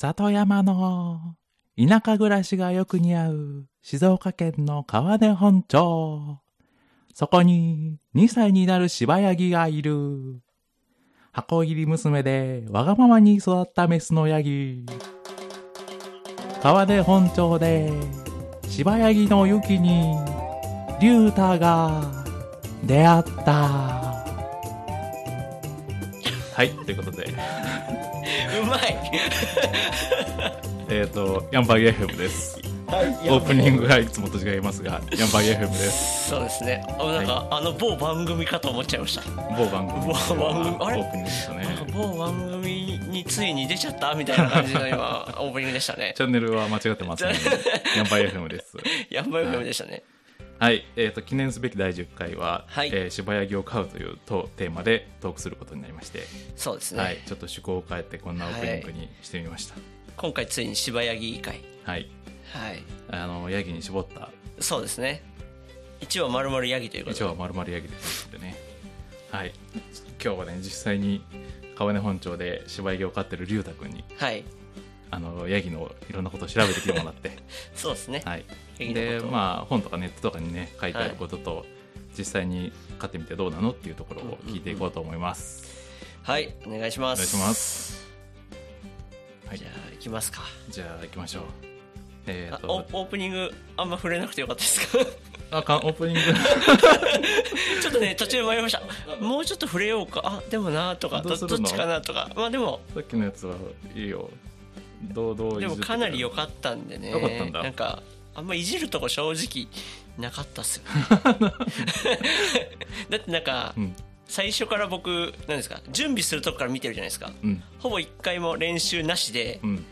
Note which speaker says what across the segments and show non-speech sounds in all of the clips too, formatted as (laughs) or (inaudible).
Speaker 1: 里山の田舎暮らしがよく似合う静岡県の川根本町。そこに2歳になる柴ヤギがいる。箱入り娘でわがままに育ったメスのヤギ。川根本町で柴ヤギの雪に竜太が出会った。はい、ということで、
Speaker 2: うまい。
Speaker 1: えっ、と、ヤンバーゲーフェムです。
Speaker 2: はい
Speaker 1: オープニングがいつもと違いますが、ヤンバーゲーフェムです。
Speaker 2: そうですね。あなんか、あの某番組かと思っちゃいました。
Speaker 1: (laughs) 某番組です
Speaker 2: 某番組あれ
Speaker 1: オープニングでしたね。
Speaker 2: 某番組についに出ちゃったみたいな感じの今オープニングでしたね
Speaker 1: (laughs) チ。ャンネルは間違ってま
Speaker 2: (laughs)
Speaker 1: せん、ね。ヤンバー FM です。
Speaker 2: やんばい FM でしたね。
Speaker 1: はい、えっ、と、記念すべき第10回は、
Speaker 2: はい
Speaker 1: えー柴ヤギを飼うというとテーマでトークすることになりまして、
Speaker 2: そうですね。
Speaker 1: はい、ちょっと趣向を変えてこんなオープニングにしてみました。
Speaker 2: 今回ついに芝ヤギ会。
Speaker 1: はい、
Speaker 2: はい。
Speaker 1: あの、ヤギに絞った、
Speaker 2: そうですね。一応まるまるヤギということ
Speaker 1: 一
Speaker 2: で。
Speaker 1: 応は丸々ヤギですのでね。はい、今日はね、実際に川根本町で柴ヤギを飼ってる龍太くんに、
Speaker 2: はい。
Speaker 1: あの、ヤギのいろんなことを調べてきてもらって、
Speaker 2: そうですね。
Speaker 1: はい、
Speaker 2: ヤギのこと
Speaker 1: でまあ本とかネットとかにね書いてあることと、実際に買ってみてどうなのっていうところを聞いていこうと思います、
Speaker 2: はい。お願いします。
Speaker 1: お願いします。はい
Speaker 2: じゃあ行きますか。
Speaker 1: じゃあ行きましょうえっ、
Speaker 2: あ
Speaker 1: と
Speaker 2: オオープニングあんま触れなくてよかったですか。
Speaker 1: あかんオープニング (laughs)
Speaker 2: ちょっとね途中で迷いましたもうちょっと触れようかあでもなとか
Speaker 1: どう
Speaker 2: ど
Speaker 1: する
Speaker 2: ど
Speaker 1: の
Speaker 2: っちかなとかまあでも
Speaker 1: さっきのやつはいいよ堂々いじ
Speaker 2: で
Speaker 1: って
Speaker 2: もかなり良かったんでね
Speaker 1: 良かったんだ
Speaker 2: なんかあんまいじるとこ正直なかったっすよ、
Speaker 1: (laughs)
Speaker 2: ね、だってなんか
Speaker 1: うん
Speaker 2: 最初から僕なんですか準備するとこから見てるじゃないですか
Speaker 1: うん
Speaker 2: ほぼ一回も練習なしで
Speaker 1: うん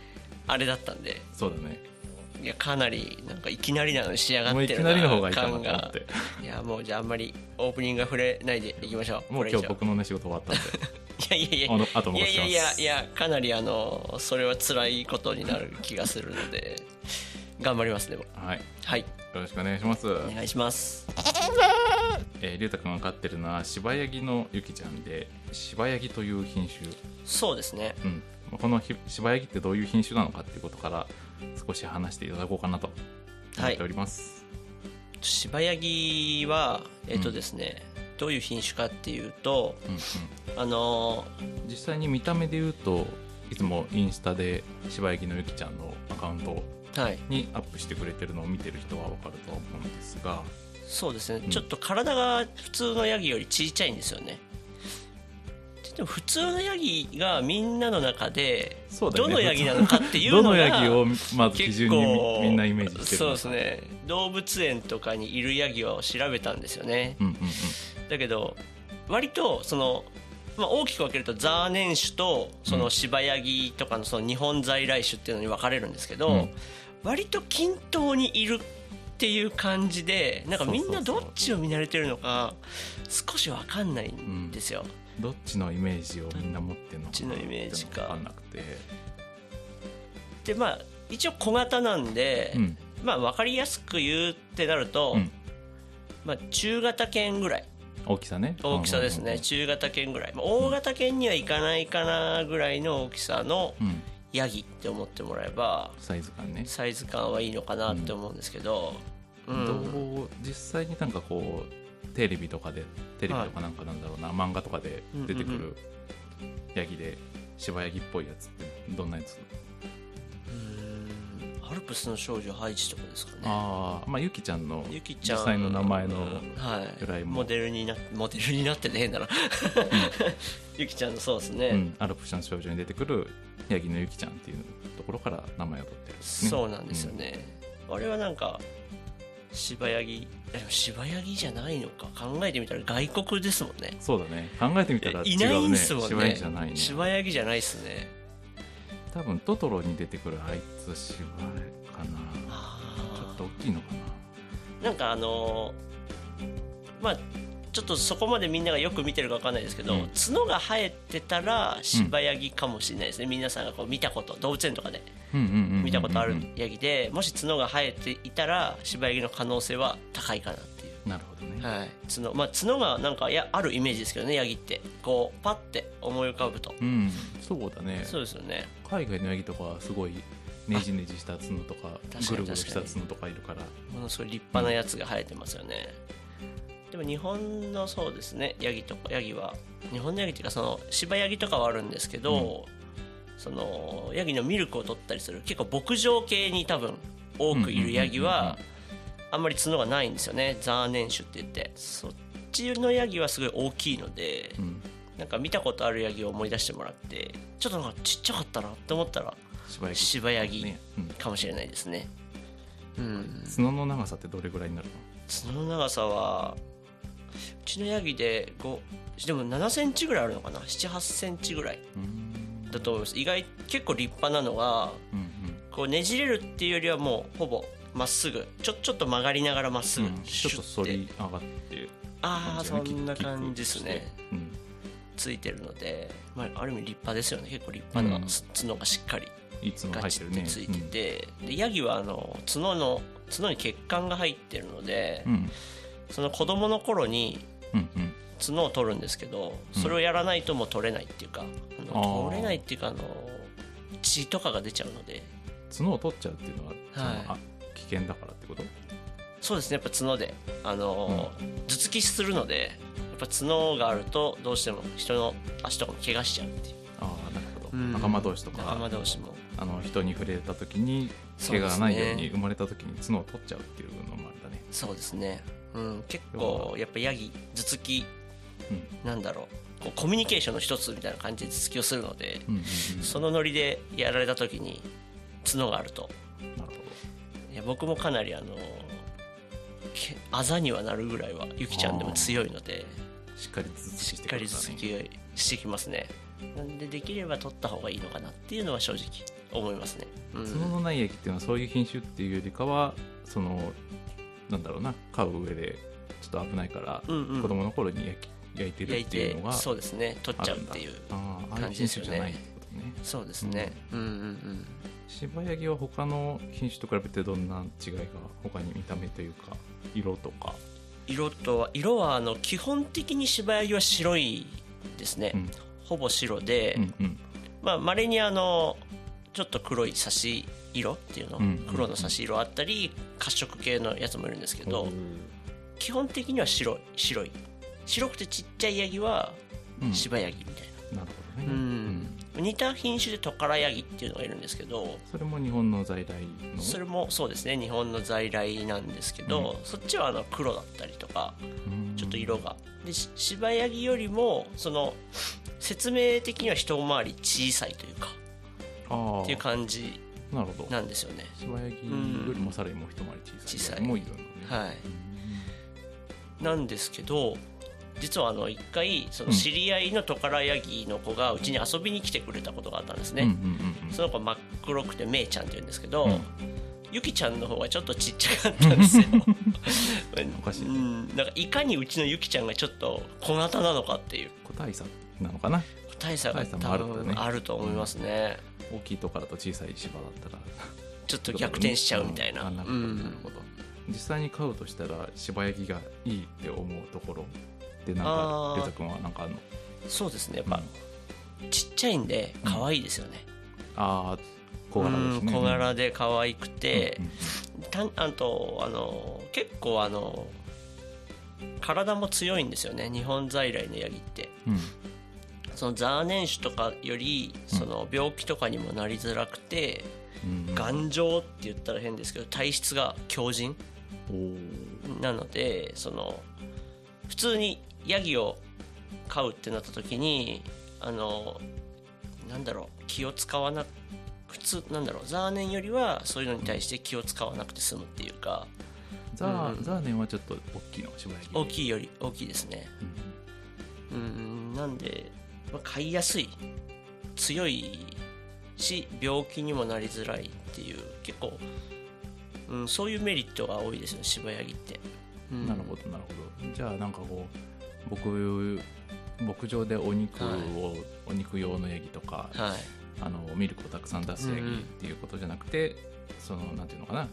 Speaker 2: あれだったんで
Speaker 1: そうだね
Speaker 2: いやかなりなんかいきなりなのに仕上が
Speaker 1: もう
Speaker 2: っ
Speaker 1: い
Speaker 2: て
Speaker 1: き
Speaker 2: る
Speaker 1: なりの方が
Speaker 2: ない
Speaker 1: いかなと
Speaker 2: 感
Speaker 1: 思っ
Speaker 2: が
Speaker 1: て
Speaker 2: いやもうじゃああんまりオープニングは触れないでいきましょう
Speaker 1: もう今日
Speaker 2: こ
Speaker 1: 僕のね仕事終わったんで
Speaker 2: (laughs) れ以上いや
Speaker 1: あ
Speaker 2: いやいや
Speaker 1: の後
Speaker 2: い
Speaker 1: 戻
Speaker 2: や
Speaker 1: し
Speaker 2: い
Speaker 1: て
Speaker 2: や
Speaker 1: ます
Speaker 2: いやいやかなりあのそれは辛いことになる気がするので頑張りますでも
Speaker 1: はいよ
Speaker 2: はい
Speaker 1: ろしくお願いします
Speaker 2: お願いします
Speaker 1: えー龍太くんが飼ってるのは柴ヤギのゆきちゃんで柴ヤギという品種
Speaker 2: そうですね
Speaker 1: うん、このひ柴ヤギってどういう品種なのかっていうことから少し話していただこうかなと思っております。
Speaker 2: 芝ヤギはえっとですね、どういう品種かっていうと
Speaker 1: うん
Speaker 2: あの
Speaker 1: うん、実際に見た目で言うといつもインスタで柴ヤギのゆきちゃんのアカウント
Speaker 2: はい
Speaker 1: にアップしてくれてるのを見てる人はわかるとは思うんですが
Speaker 2: そうですね、
Speaker 1: うん
Speaker 2: ちょっと体が普通のヤギより小さいんですよねでも普通のヤギがみんなの中で
Speaker 1: そうだよ
Speaker 2: ど
Speaker 1: ね
Speaker 2: のヤギなのかっていう
Speaker 1: ど
Speaker 2: の
Speaker 1: の
Speaker 2: が
Speaker 1: ヤギをまず基
Speaker 2: 結
Speaker 1: 準に
Speaker 2: 構
Speaker 1: みみんなイメージしてる
Speaker 2: そう
Speaker 1: の
Speaker 2: で
Speaker 1: か
Speaker 2: すね動物園とかにいるヤギを調べたんですよね
Speaker 1: うんうんうん
Speaker 2: だけど割とその、まあ、大きく分けるとザーネン種とそうの芝ヤギとかのその日本在来種っていうのに分かれるんですけど、
Speaker 1: うん
Speaker 2: 割と均等にいるっていう感じでなんかみんなどっちを見慣れてるのか少し分かんないんですよ、
Speaker 1: どっちのイメージをみんな持ってるの
Speaker 2: どっちのイメージか
Speaker 1: わかんなくて、
Speaker 2: でまあ一応小型なんで、
Speaker 1: うん
Speaker 2: まあ分かりやすく言うってなると、
Speaker 1: うん
Speaker 2: まあ、中型犬ぐらい
Speaker 1: 大きさね
Speaker 2: 大きさですね、中型犬ぐらい、まあ、大型犬にはいかないかなぐらいの大きさの
Speaker 1: うんうんうんうん、
Speaker 2: ヤギって思ってもらえば
Speaker 1: サイズ感ね
Speaker 2: サイズ感はいいのかなって思うんですけど、うん
Speaker 1: どう実際になんかこうテレビとかでテレビとかなんかなんだろうな、漫画とかで出てく
Speaker 2: うんうんう
Speaker 1: るヤギで柴ヤギっぽいやつってどんなやつ
Speaker 2: うんアルプスの少女ハイジとかですかね
Speaker 1: ああまあゆきちゃんの
Speaker 2: ゆきちゃん
Speaker 1: 実際の名前の
Speaker 2: うんはい
Speaker 1: 由来も
Speaker 2: モデルになモデルになってねえんだな (laughs) ゆきちゃんのそうですね、
Speaker 1: うんアルプスの少女に出てくるヤギのゆきちゃんっていうところから名前を取ってるんですね
Speaker 2: そうなんですよ、ね、あれはなんか芝ヤギでも芝ヤギじゃないのか考えてみたら外国ですもんね
Speaker 1: うんそうだね考えてみたら違うね
Speaker 2: いないんすもんね
Speaker 1: 柴ヤギじゃないね
Speaker 2: 芝ヤギじゃないっすね
Speaker 1: 多分トトロに出てくるあいつ柴ヤギかなちょっと大きいのか
Speaker 2: なんかあのーまあちょっとそこまでみんながよく見てるかわかんないですけど、
Speaker 1: うん
Speaker 2: 角が生えてたら芝ヤギかもしれないですね、皆さんがこう見たこと動物園とかで
Speaker 1: な、うんうんうんうんうん
Speaker 2: 見たことあるヤギでもし角が生えていたら芝ヤギの可能性は高いかなっていう
Speaker 1: なるほどね。
Speaker 2: はい、角まあ角がなんかやあるイメージですけどねヤギってこうパッて思い浮かぶと
Speaker 1: うん、そうだね。
Speaker 2: そうですよね
Speaker 1: 海外のヤギとかはすごいねじねじした角とか
Speaker 2: 確かに
Speaker 1: ぐるぐるした角とかいるから
Speaker 2: ものすごい立派なやつが生えてますよね、でも日本のそうですねヤギとかヤギは日本のヤギっていうかその芝ヤギとかはあるんですけど、そのヤギのミルクを取ったりする結構牧場系に多分多くいるヤギはあんまり角がないんですよねザーネン種って言ってそっちのヤギはすごい大きいので、
Speaker 1: ん
Speaker 2: なんか見たことあるヤギを思い出してもらってちょっとなんかちっちゃかったなって思ったら
Speaker 1: 芝ヤギ
Speaker 2: 芝ヤギ
Speaker 1: ね、うん、
Speaker 2: かもしれないですねうん
Speaker 1: 角の長さってどれぐらいになる
Speaker 2: 角の長さはうちのヤギで5でも7センチぐらいあるのかな78センチぐらい
Speaker 1: のうん
Speaker 2: だと思います意外結構立派なのが
Speaker 1: うん
Speaker 2: こうねじれるっていうよりはもうほぼまっすぐちょちょっと曲がりながらまっす
Speaker 1: うん
Speaker 2: ぐ、
Speaker 1: うんちょっと反り上がって
Speaker 2: ああ
Speaker 1: 感じだ
Speaker 2: そ
Speaker 1: ね
Speaker 2: んな
Speaker 1: キック
Speaker 2: 感じですね
Speaker 1: うん
Speaker 2: ついてるので、まあ、ある意味立派ですよね結構立派
Speaker 1: うん
Speaker 2: な角がしっかり
Speaker 1: いつも
Speaker 2: ガ
Speaker 1: 入っ
Speaker 2: チ
Speaker 1: て
Speaker 2: っ
Speaker 1: る
Speaker 2: て
Speaker 1: ね
Speaker 2: ついてて、でヤギはあの角の角に血管が入ってるので、
Speaker 1: うん
Speaker 2: その子供の頃に
Speaker 1: うんうん
Speaker 2: 角を取るんですけどそれをやらないともう取れないっていうか、あの
Speaker 1: あー
Speaker 2: 取れないっていうかあの血とかが出ちゃうので
Speaker 1: 角を取っちゃうっていうのは、その
Speaker 2: はい
Speaker 1: あ危険だからってこと
Speaker 2: そうですねやっぱ角であの、頭突きするのでやっぱ角があるとどうしても人の足とかも怪我しちゃうっていう
Speaker 1: ああなるほど、
Speaker 2: うん
Speaker 1: 仲間同士と
Speaker 2: 仲間
Speaker 1: か
Speaker 2: 同士も
Speaker 1: あの人に触れた時に
Speaker 2: そ
Speaker 1: 怪
Speaker 2: うで
Speaker 1: 我が
Speaker 2: すね
Speaker 1: ないように生まれた時に角を取っちゃうっていうのもあれだね
Speaker 2: そうですね、うん、結構やっぱヤギ頭突き
Speaker 1: うん
Speaker 2: なんだろうこうコミュニケーションの一つみたいな感じで頭突きをするので、
Speaker 1: うんうん
Speaker 2: そのノリでやられた時に角があると
Speaker 1: うんなるほど
Speaker 2: いや僕もかなりあのけあざにはなるぐらいはゆきちゃんでも強いので
Speaker 1: しっかり頭突きし
Speaker 2: しってか
Speaker 1: く
Speaker 2: り
Speaker 1: る
Speaker 2: 頭
Speaker 1: から
Speaker 2: 突
Speaker 1: ね
Speaker 2: きをしてきますねなんでできれば取った方がいいのかなっていうのは正直思いますね、うん
Speaker 1: 角のない液っていうのはそういう品種っていうよりかはそのなんだろうな飼う上でちょっと危ないから、
Speaker 2: うんうん
Speaker 1: 子供の頃に焼き焼いてる
Speaker 2: 焼い
Speaker 1: っていう
Speaker 2: て
Speaker 1: のが
Speaker 2: そうですね取っ
Speaker 1: あ
Speaker 2: ちゃうっ
Speaker 1: るんだ
Speaker 2: ていう
Speaker 1: あーああいう
Speaker 2: 感じ
Speaker 1: 品
Speaker 2: です
Speaker 1: 種
Speaker 2: よ
Speaker 1: じ
Speaker 2: ね
Speaker 1: ゃないってことね
Speaker 2: そうですね、うん、うんうん
Speaker 1: 芝ヤギは他の品種と比べてどんな違いが他に見た目というか色とか、
Speaker 2: 色とは色はあの基本的に芝ヤギは白いですね、
Speaker 1: うん
Speaker 2: ほぼ白で、
Speaker 1: うんうん、
Speaker 2: まあ、稀にあのちょっと黒い差し色っていうの、
Speaker 1: うん
Speaker 2: 黒の差し色あったり褐色系のやつもいるんですけど、基本的には白い白い白くてちっちゃいヤギは
Speaker 1: うん
Speaker 2: 芝ヤギみたい
Speaker 1: なるほどね、
Speaker 2: な、うん似た品種でトカラヤギっていうのがいるんですけど
Speaker 1: それも日本の在来の
Speaker 2: それもそうですね日本の在来なんですけど、そっちはあの黒だったりとか
Speaker 1: うん
Speaker 2: ちょっと色が、でし芝ヤギよりもその説明的には一回り小さいというか
Speaker 1: あー
Speaker 2: っていう感じ
Speaker 1: なるほど
Speaker 2: なんですよね
Speaker 1: 芝ヤギよりもさらにもう一回り小さいぐらいもいるのね、
Speaker 2: はい
Speaker 1: うん
Speaker 2: なんですけど実はあの一回その知り合いのトカラヤギの子がうちに遊びに来てくれたことがあったんです
Speaker 1: うんう
Speaker 2: ね、
Speaker 1: んうんうん
Speaker 2: その子真っ黒くてメイちゃんって言うんですけど、
Speaker 1: うん
Speaker 2: ゆきちゃんの方がちょっとちっちゃかったんですよ
Speaker 1: (laughs) おかしい
Speaker 2: うん、なんかいかにうちのゆきちゃんがちょっと小型なのかっていう
Speaker 1: 個体差なのかな
Speaker 2: 個体差が
Speaker 1: 個体差もあ
Speaker 2: 多
Speaker 1: るんだね
Speaker 2: 分あると思いますね、
Speaker 1: 大きいところだと小さい芝だったから
Speaker 2: ちょっと逆転しちゃうみたいな、
Speaker 1: あなるほ
Speaker 2: う
Speaker 1: どなんるほど実際に飼うとしたら芝焼きがいいって思うところでなんか
Speaker 2: あー
Speaker 1: りょうたくんはなんかあるの
Speaker 2: そうですねやっぱ、ちっちゃいんで可愛いですよね、
Speaker 1: ああ小柄です
Speaker 2: うん
Speaker 1: ね
Speaker 2: 小柄で可愛くて、
Speaker 1: うんうん
Speaker 2: たあとあの結構あの体も強いんですよね日本在来のヤギって
Speaker 1: うん
Speaker 2: そのザーネン種とかよりその病気とかにもなりづらくて、
Speaker 1: うん
Speaker 2: 頑丈って言ったら変ですけど体質が強靭
Speaker 1: おー
Speaker 2: なのでその普通にヤギを飼うってなった時にあのなんだろう気を使わな普通なんだろうザーネンよりはそういうのに対して気を使わなくて済むっていうか
Speaker 1: ザ
Speaker 2: うんう
Speaker 1: ー
Speaker 2: ん
Speaker 1: ザーネンはちょっと大きいの芝焼き
Speaker 2: 大きいより大きいですねうんなんで、まあ、飼いやすい強いし病気にもなりづらいっていう結構、うん、そういうメリットが多いですよね芝ヤギって、うん
Speaker 1: なるほどなるほどじゃあなんかこう僕牧場でお肉を、お肉用のヤギとか
Speaker 2: はい
Speaker 1: あのミルクをたくさん出すヤギっていうことじゃなくて、そのなんていうのかな
Speaker 2: あ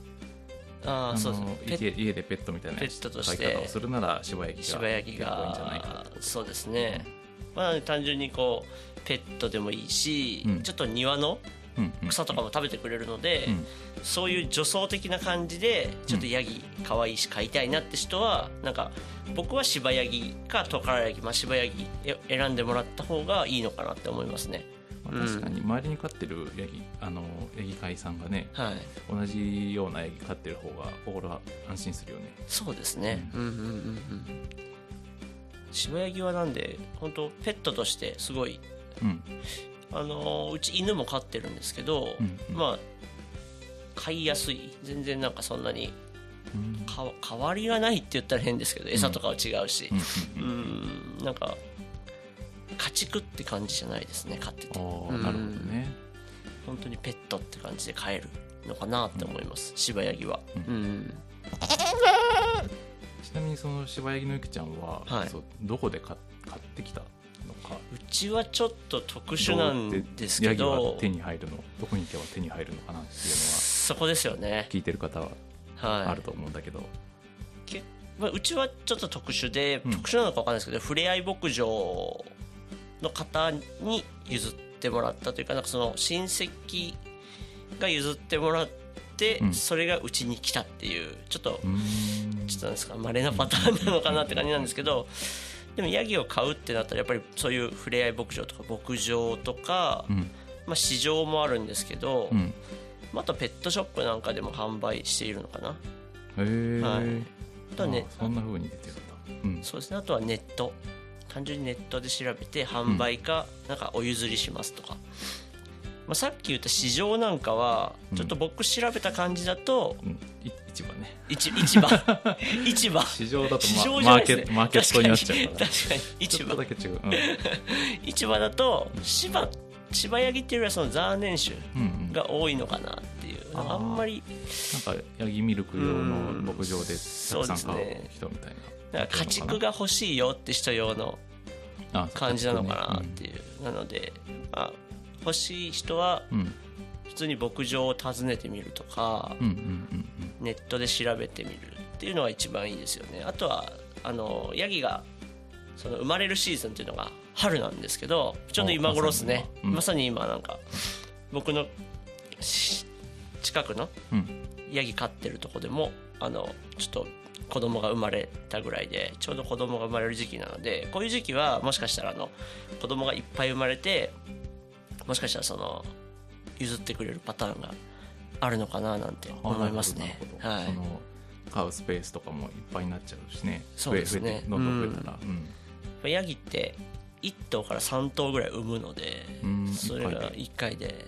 Speaker 1: あ
Speaker 2: あ
Speaker 1: の
Speaker 2: そうですねペッ
Speaker 1: 家家でペットみたいな
Speaker 2: ペットと
Speaker 1: 飼
Speaker 2: し
Speaker 1: い
Speaker 2: て
Speaker 1: 方をするなら柴焼きが
Speaker 2: 柴焼き
Speaker 1: 結構いいんじゃないか
Speaker 2: がそうですね、まあ、単純にこうペットでもいいし、
Speaker 1: うん
Speaker 2: ちょっと庭の
Speaker 1: と、うんうん
Speaker 2: 草とかも食べてくれるので、
Speaker 1: うん
Speaker 2: そういう女装的な感じでちょっとヤギ可愛いし飼いたいなって人はなんか僕は柴ヤギかトカラヤギ、まあ、柴ヤギえ選んでもらった方がいいのかなって思いますね
Speaker 1: まあ、確かに周りに飼ってるヤギあのヤギ飼いさんがね
Speaker 2: はい
Speaker 1: 同じようなヤギ飼ってる方が俺は安心するよね
Speaker 2: そうですねうんうんうんうん柴ヤギはなんで本当ペットとしてすごい
Speaker 1: うん
Speaker 2: あのーうち犬も飼ってるんですけど、
Speaker 1: うんうん
Speaker 2: まあ飼いやすい全然なんかそんなに
Speaker 1: うん
Speaker 2: か変わりがないって言ったら変ですけど餌とかは違うし、
Speaker 1: うんうん
Speaker 2: うんなんか家畜って感じじゃないですね飼ってて
Speaker 1: お
Speaker 2: う
Speaker 1: ー
Speaker 2: ん
Speaker 1: なるほどね
Speaker 2: 本当にペットって感じで飼えるのかなって思います柴ヤギは、うん
Speaker 1: ちなみにその柴ヤギのゆきちゃんは、
Speaker 2: はい
Speaker 1: そうどこで買買ってきたのか
Speaker 2: うちはちょっと特殊なんですけ
Speaker 1: どうやってヤギ
Speaker 2: ど
Speaker 1: は手に入るのどこに行けば手に入るのかなっていうのは
Speaker 2: そこですよね、
Speaker 1: 聞いてる方はあ
Speaker 2: は
Speaker 1: ると思うんだけど、
Speaker 2: いけまあ、うちはちょっと特殊で、
Speaker 1: うん
Speaker 2: 特殊なのか分かんないですけどふれあい牧場の方に譲ってもらったというかなんかその親戚が譲ってもらって、
Speaker 1: うん
Speaker 2: それがうちに来たっていうちょっと
Speaker 1: うーん
Speaker 2: ちょっとなんですか稀なパターンなのかなって感じなんですけどでもヤギを飼うってなったらやっぱりそういうふれあい牧場とか牧場とか、
Speaker 1: うん
Speaker 2: まあ、市場もあるんですけど、
Speaker 1: うん
Speaker 2: まあ、あとペットショップなんかでも販売しているのかな
Speaker 1: へえ、
Speaker 2: はいあとはね
Speaker 1: あそんな風に出てるんだ、うん、
Speaker 2: そうですねあとはネット単純にネットで調べて販売か、なんかお譲りしますとか、まあ、さっき言った市場なんかは
Speaker 1: うん
Speaker 2: ちょっと僕調べた感じだと、
Speaker 1: うん、い市場ね
Speaker 2: 市
Speaker 1: (laughs)
Speaker 2: 市場市場
Speaker 1: 市場だと、
Speaker 2: 市
Speaker 1: ま、マ
Speaker 2: 場じゃな
Speaker 1: ー
Speaker 2: い
Speaker 1: ケッ
Speaker 2: です
Speaker 1: ト
Speaker 2: ね
Speaker 1: マーケットになっちゃうか
Speaker 2: 確からに市
Speaker 1: ちょっと
Speaker 2: 場
Speaker 1: だけ違う、うん、
Speaker 2: 市場だと芝芝ヤギっていうよりはそのザーネン種
Speaker 1: うんうん
Speaker 2: が多いのかなっていう
Speaker 1: あー
Speaker 2: あんまり
Speaker 1: なんかヤギミルク用の牧場でたく
Speaker 2: そう
Speaker 1: さ
Speaker 2: で
Speaker 1: ん
Speaker 2: す
Speaker 1: 買う
Speaker 2: ね
Speaker 1: 人みたいな
Speaker 2: なんか家畜が欲しいよって人用の
Speaker 1: あ
Speaker 2: 感じなのかな
Speaker 1: 家
Speaker 2: っ
Speaker 1: 畜
Speaker 2: て
Speaker 1: ね
Speaker 2: いうなので、まあ、欲しい人は
Speaker 1: うんうん
Speaker 2: 普通に牧場を訪ねてみるとか
Speaker 1: うんうんうん
Speaker 2: ネットで調べてみるっていうのが一番いいですよねあとはあのヤギがその生まれるシーズンっていうのが春なんですけどちょうど今頃ですね
Speaker 1: お
Speaker 2: まさに今なんか僕のし近くの
Speaker 1: うんうん
Speaker 2: ヤギ飼ってるとこでもあのちょっと子供が生まれたぐらいでちょうど子供が生まれる時期なのでこういう時期はもしかしたらあの子供がいっぱい生まれてもしかしたらその譲ってくれるパターンがあるのかななんて
Speaker 1: あ
Speaker 2: 思いますね
Speaker 1: なるほ。どな
Speaker 2: は
Speaker 1: るほど
Speaker 2: い
Speaker 1: その買うスペースとかもいっぱいになっちゃうしね
Speaker 2: そうですね
Speaker 1: 増え増えてどんどん増えたらうん、
Speaker 2: まあヤギって1頭から3頭ぐらい産むので
Speaker 1: うん
Speaker 2: それが1回で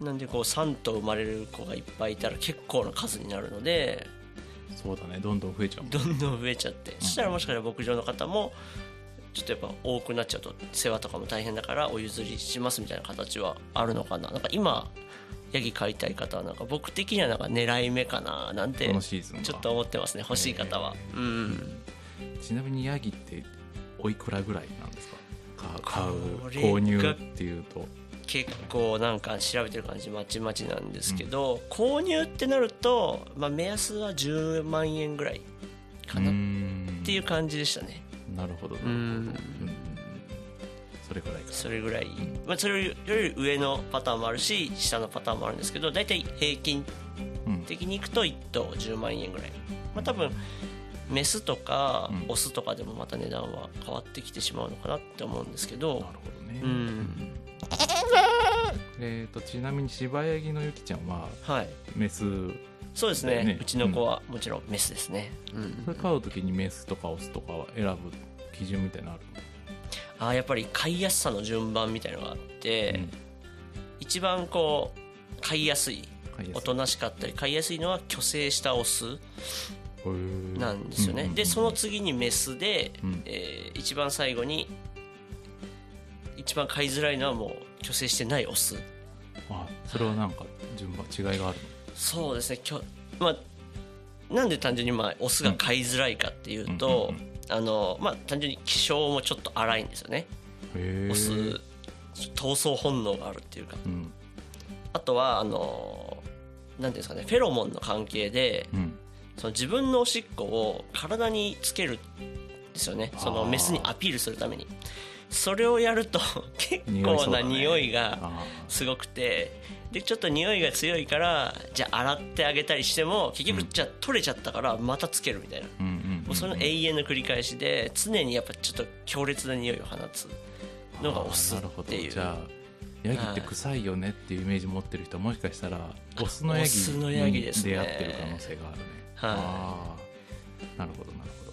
Speaker 2: なんでこう3頭生まれる子がいっぱいいたら結構な数になるので
Speaker 1: そうだねどんどん増えちゃうもん
Speaker 2: どんどん増えちゃってそしたらもしかしたら牧場の方もちょっとやっぱ多くなっちゃうと世話とかも大変だからお譲りしますみたいな形はあるのかななんか今ヤギ飼いたい方はなんか僕的にはなんか狙い目かななんて
Speaker 1: このシーズンは
Speaker 2: ちょっと思ってますね欲しい方は、うん
Speaker 1: ちなみにヤギっておいくらぐらいなんですかか買う
Speaker 2: これが
Speaker 1: 購入っていうと
Speaker 2: 結構なんか調べてる感じまちまちなんですけど、購入ってなると、まあ、目安は10万円ぐらいかなっ
Speaker 1: って
Speaker 2: いう感じでしたね
Speaker 1: なるほどなるほど、
Speaker 2: うん
Speaker 1: うんそれぐらいか
Speaker 2: それぐらい、まあ、それより上のパターンもあるし下のパターンもあるんですけど大体平均
Speaker 1: うん
Speaker 2: 的にいくと1頭10万円ぐらいまあ多分メスとか
Speaker 1: うん
Speaker 2: オスとかでもまた値段は変わってきてしまうのかなって思うんですけ
Speaker 1: な
Speaker 2: ど
Speaker 1: るほどね、
Speaker 2: うん
Speaker 1: えー、とちなみに柴ヤギのゆきちゃんは
Speaker 2: はい
Speaker 1: メス
Speaker 2: そうです
Speaker 1: だ
Speaker 2: ね
Speaker 1: よね
Speaker 2: うちの子はもちろんメスですね、うん
Speaker 1: それ飼う時にメスとかオスとかは選ぶ基準みたいなのある
Speaker 2: あーやっぱり飼いやすさの順番みたいのがあって、
Speaker 1: うん
Speaker 2: 一番こう飼いやすい
Speaker 1: 飼いやすい
Speaker 2: おとなしかったり飼いやすいのは虚勢したオス
Speaker 1: へー
Speaker 2: なんですよね、
Speaker 1: ううう
Speaker 2: でその次にメスで、
Speaker 1: うん
Speaker 2: えー一番最後に一番飼いづらいのはもう虚勢してないオス
Speaker 1: あそれはなんか順番違いがある
Speaker 2: そうですねきょ、まあ、なんで単純にまあオスが飼いづらいかっていうと、
Speaker 1: うんうん
Speaker 2: あのまあ、単純に気性もちょっと荒いんですよね
Speaker 1: のへー
Speaker 2: オス闘争本能があるっていうか
Speaker 1: うん
Speaker 2: あとはあのーていうんですかねフェロモンの関係で
Speaker 1: うん。
Speaker 2: その自分のおしっこを体につけるんですよねその
Speaker 1: あー
Speaker 2: メスにアピールするためにそれをや
Speaker 1: (laughs)
Speaker 2: ると結
Speaker 1: 匂いそ
Speaker 2: 構
Speaker 1: うだ
Speaker 2: な
Speaker 1: ね
Speaker 2: 匂いが
Speaker 1: あ
Speaker 2: すごくてでちょっと匂いが強いからじゃあ洗ってあげたりしても結局じゃあ取れちゃったからまたつけるみたいな
Speaker 1: ーうんうんうん。
Speaker 2: もうその永遠の繰り返しで常にやっぱちょっと強烈な匂いを放つのがオス
Speaker 1: あーなるほ
Speaker 2: っ
Speaker 1: ど
Speaker 2: ていう
Speaker 1: じゃあヤギって臭いよねっていうイメージ持ってる人もしかしたらオスのヤ
Speaker 2: オ
Speaker 1: ギ
Speaker 2: スのヤギ
Speaker 1: に
Speaker 2: ですね
Speaker 1: 出会ってる可能性があるね
Speaker 2: はい
Speaker 1: あーなるほどなるほど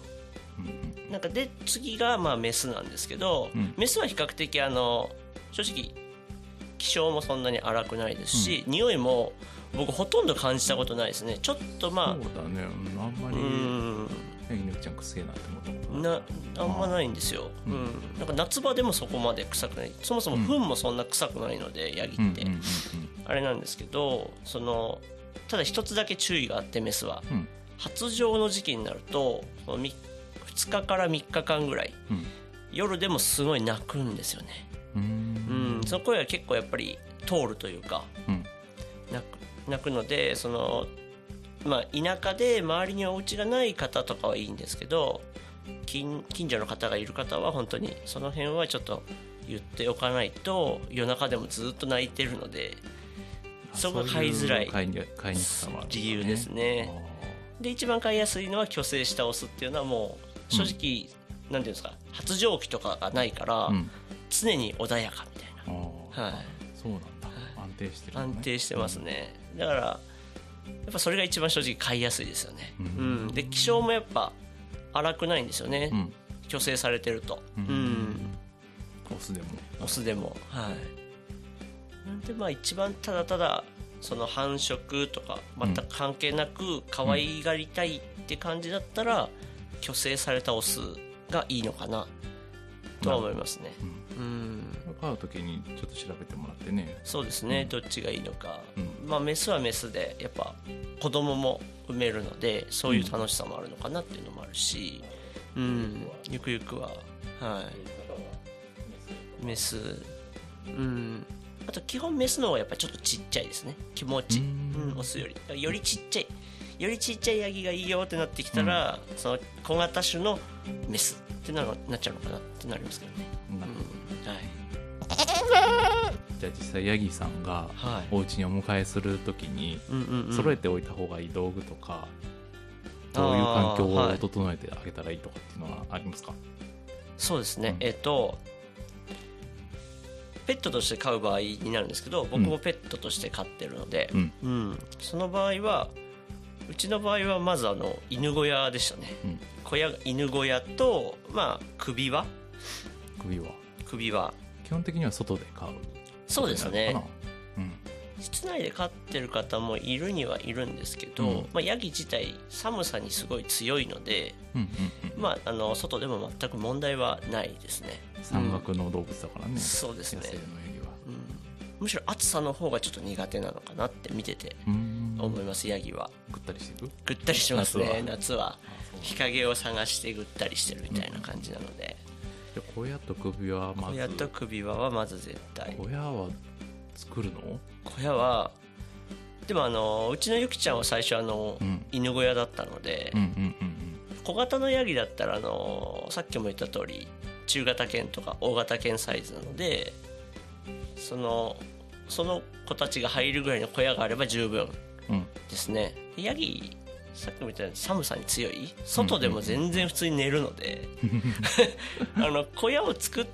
Speaker 1: うんうん
Speaker 2: なんかで次がまあメスなんですけど、
Speaker 1: うん
Speaker 2: メスは比較的あの正直気性もそんなに荒くないですし、匂いも僕ほとんど感じたことないですねちょっとま
Speaker 1: そうだねうんあんま
Speaker 2: あう
Speaker 1: り
Speaker 2: ん
Speaker 1: ヤギのうちゃんくせえなって思ったことない
Speaker 2: なあんまないんですよ、
Speaker 1: う
Speaker 2: うんんなんか夏場でもそこまで臭くないそもそも糞もそんな臭くないので、ヤギって、
Speaker 1: うんうんうんうん
Speaker 2: あれなんですけどそのただ一つだけ注意があってメスは
Speaker 1: うん
Speaker 2: 発情の時期になると2日から3日間ぐらい
Speaker 1: うん
Speaker 2: 夜でもすごい泣くんですよね
Speaker 1: うー
Speaker 2: うんん、その声は結構やっぱり通るというか
Speaker 1: うん
Speaker 2: 泣く泣くのでその、まあ、田舎で周りにお家がない方とかはいいんですけど近近所の方がいる方は本当にその辺はちょっと言っておかないと夜中でもずっと泣いてるのでそこが飼いづらい
Speaker 1: そうう飼に飼いにくさもあるんだね
Speaker 2: 理由ですねで一番飼いやすいのは虚勢したオスっていうのはもう正直、なんていうんですか発情期とかがないから、
Speaker 1: あーうん
Speaker 2: 常に穏やかみたい
Speaker 1: あー
Speaker 2: な。はい
Speaker 1: そうなんだ安定してるのね
Speaker 2: 安定してますねだからやっぱそれが一番正直買いやすいですよね、
Speaker 1: う
Speaker 2: うんんで気性もやっぱ荒くないんですよね、
Speaker 1: うん
Speaker 2: 虚勢されてると
Speaker 1: う
Speaker 2: うんん、
Speaker 1: オスでも
Speaker 2: オスでもはいなんでまあ一番ただただその繁殖とか全く関係なく可愛がりたいって感じだったら虚勢されたオスがいいのかなとは思いますね
Speaker 1: うん
Speaker 2: うん
Speaker 1: 飼う時にちょっと調べてもらってね
Speaker 2: そうですね、どっちがいいのか、
Speaker 1: う
Speaker 2: まあメスはメスでやっぱ子供も産めるのでそういう楽しさもあるのかなっていうのもあるし、うんゆくゆくははいメスうんあと基本メスの方がやっぱちょっとちっちゃいですね気持ち、
Speaker 1: う
Speaker 2: うんんオスよりだからよりちっちゃいよりちっちゃいヤギがいいよってなってきたら、その小型種のメスってなのなっちゃうのかなってなりますけどね、
Speaker 1: なるほど
Speaker 2: うん、はい
Speaker 1: じゃあ実際ヤギさんが
Speaker 2: はい
Speaker 1: お家にお迎えするときに
Speaker 2: うんうんうん
Speaker 1: 揃えておいた方がいい道具とか、どういう環境
Speaker 2: あーは
Speaker 1: を
Speaker 2: い
Speaker 1: 整えてあげたらいいとかっていうのはありますか、
Speaker 2: そうですね、
Speaker 1: うん
Speaker 2: えっ、とペットとして飼う場合になるんですけど僕もペットとして飼ってるので、
Speaker 1: うん
Speaker 2: うんその場合はうちの場合はまずあの犬小屋でしたね
Speaker 1: うん、
Speaker 2: 小屋犬小屋と、まあ、首輪
Speaker 1: 首は
Speaker 2: 首輪
Speaker 1: 基本的には外で飼う
Speaker 2: そうですね
Speaker 1: ことになるのか
Speaker 2: 室内で飼ってる方もいるにはいるんですけど、
Speaker 1: うん
Speaker 2: まあ、ヤギ自体寒さにすごい強いので、
Speaker 1: なうんうんうんうん
Speaker 2: まあ、あの外でも全く問題はないですね
Speaker 1: 山岳の動物だからね、
Speaker 2: そうですね
Speaker 1: 野生のヤギは
Speaker 2: うんむしろ暑さの方がちょっと苦手なのかなって見てて
Speaker 1: うん
Speaker 2: 思います、ヤギは
Speaker 1: 食ったりしてる
Speaker 2: ぐったりしてますね夏は
Speaker 1: あそう
Speaker 2: 日陰を探してぐったりしてるみたいな感じなので、
Speaker 1: じゃあ小屋と首はま
Speaker 2: 小
Speaker 1: ず
Speaker 2: 屋と首輪はまず絶対
Speaker 1: 小屋は作るの
Speaker 2: 小屋はでもあのうちのゆきちゃんは最初あの、
Speaker 1: うん
Speaker 2: 犬小屋だったので、
Speaker 1: うんうんうん
Speaker 2: 小型のヤギだったらあのさっきも言った通り中型犬とか大型犬サイズなのでそのその子たちが入るぐらいの小屋があれば十分
Speaker 1: うんうん
Speaker 2: ですねヤギさっきも言ったように寒さに強い外でも全然普通に寝るので、 (laughs) あの小屋を作っ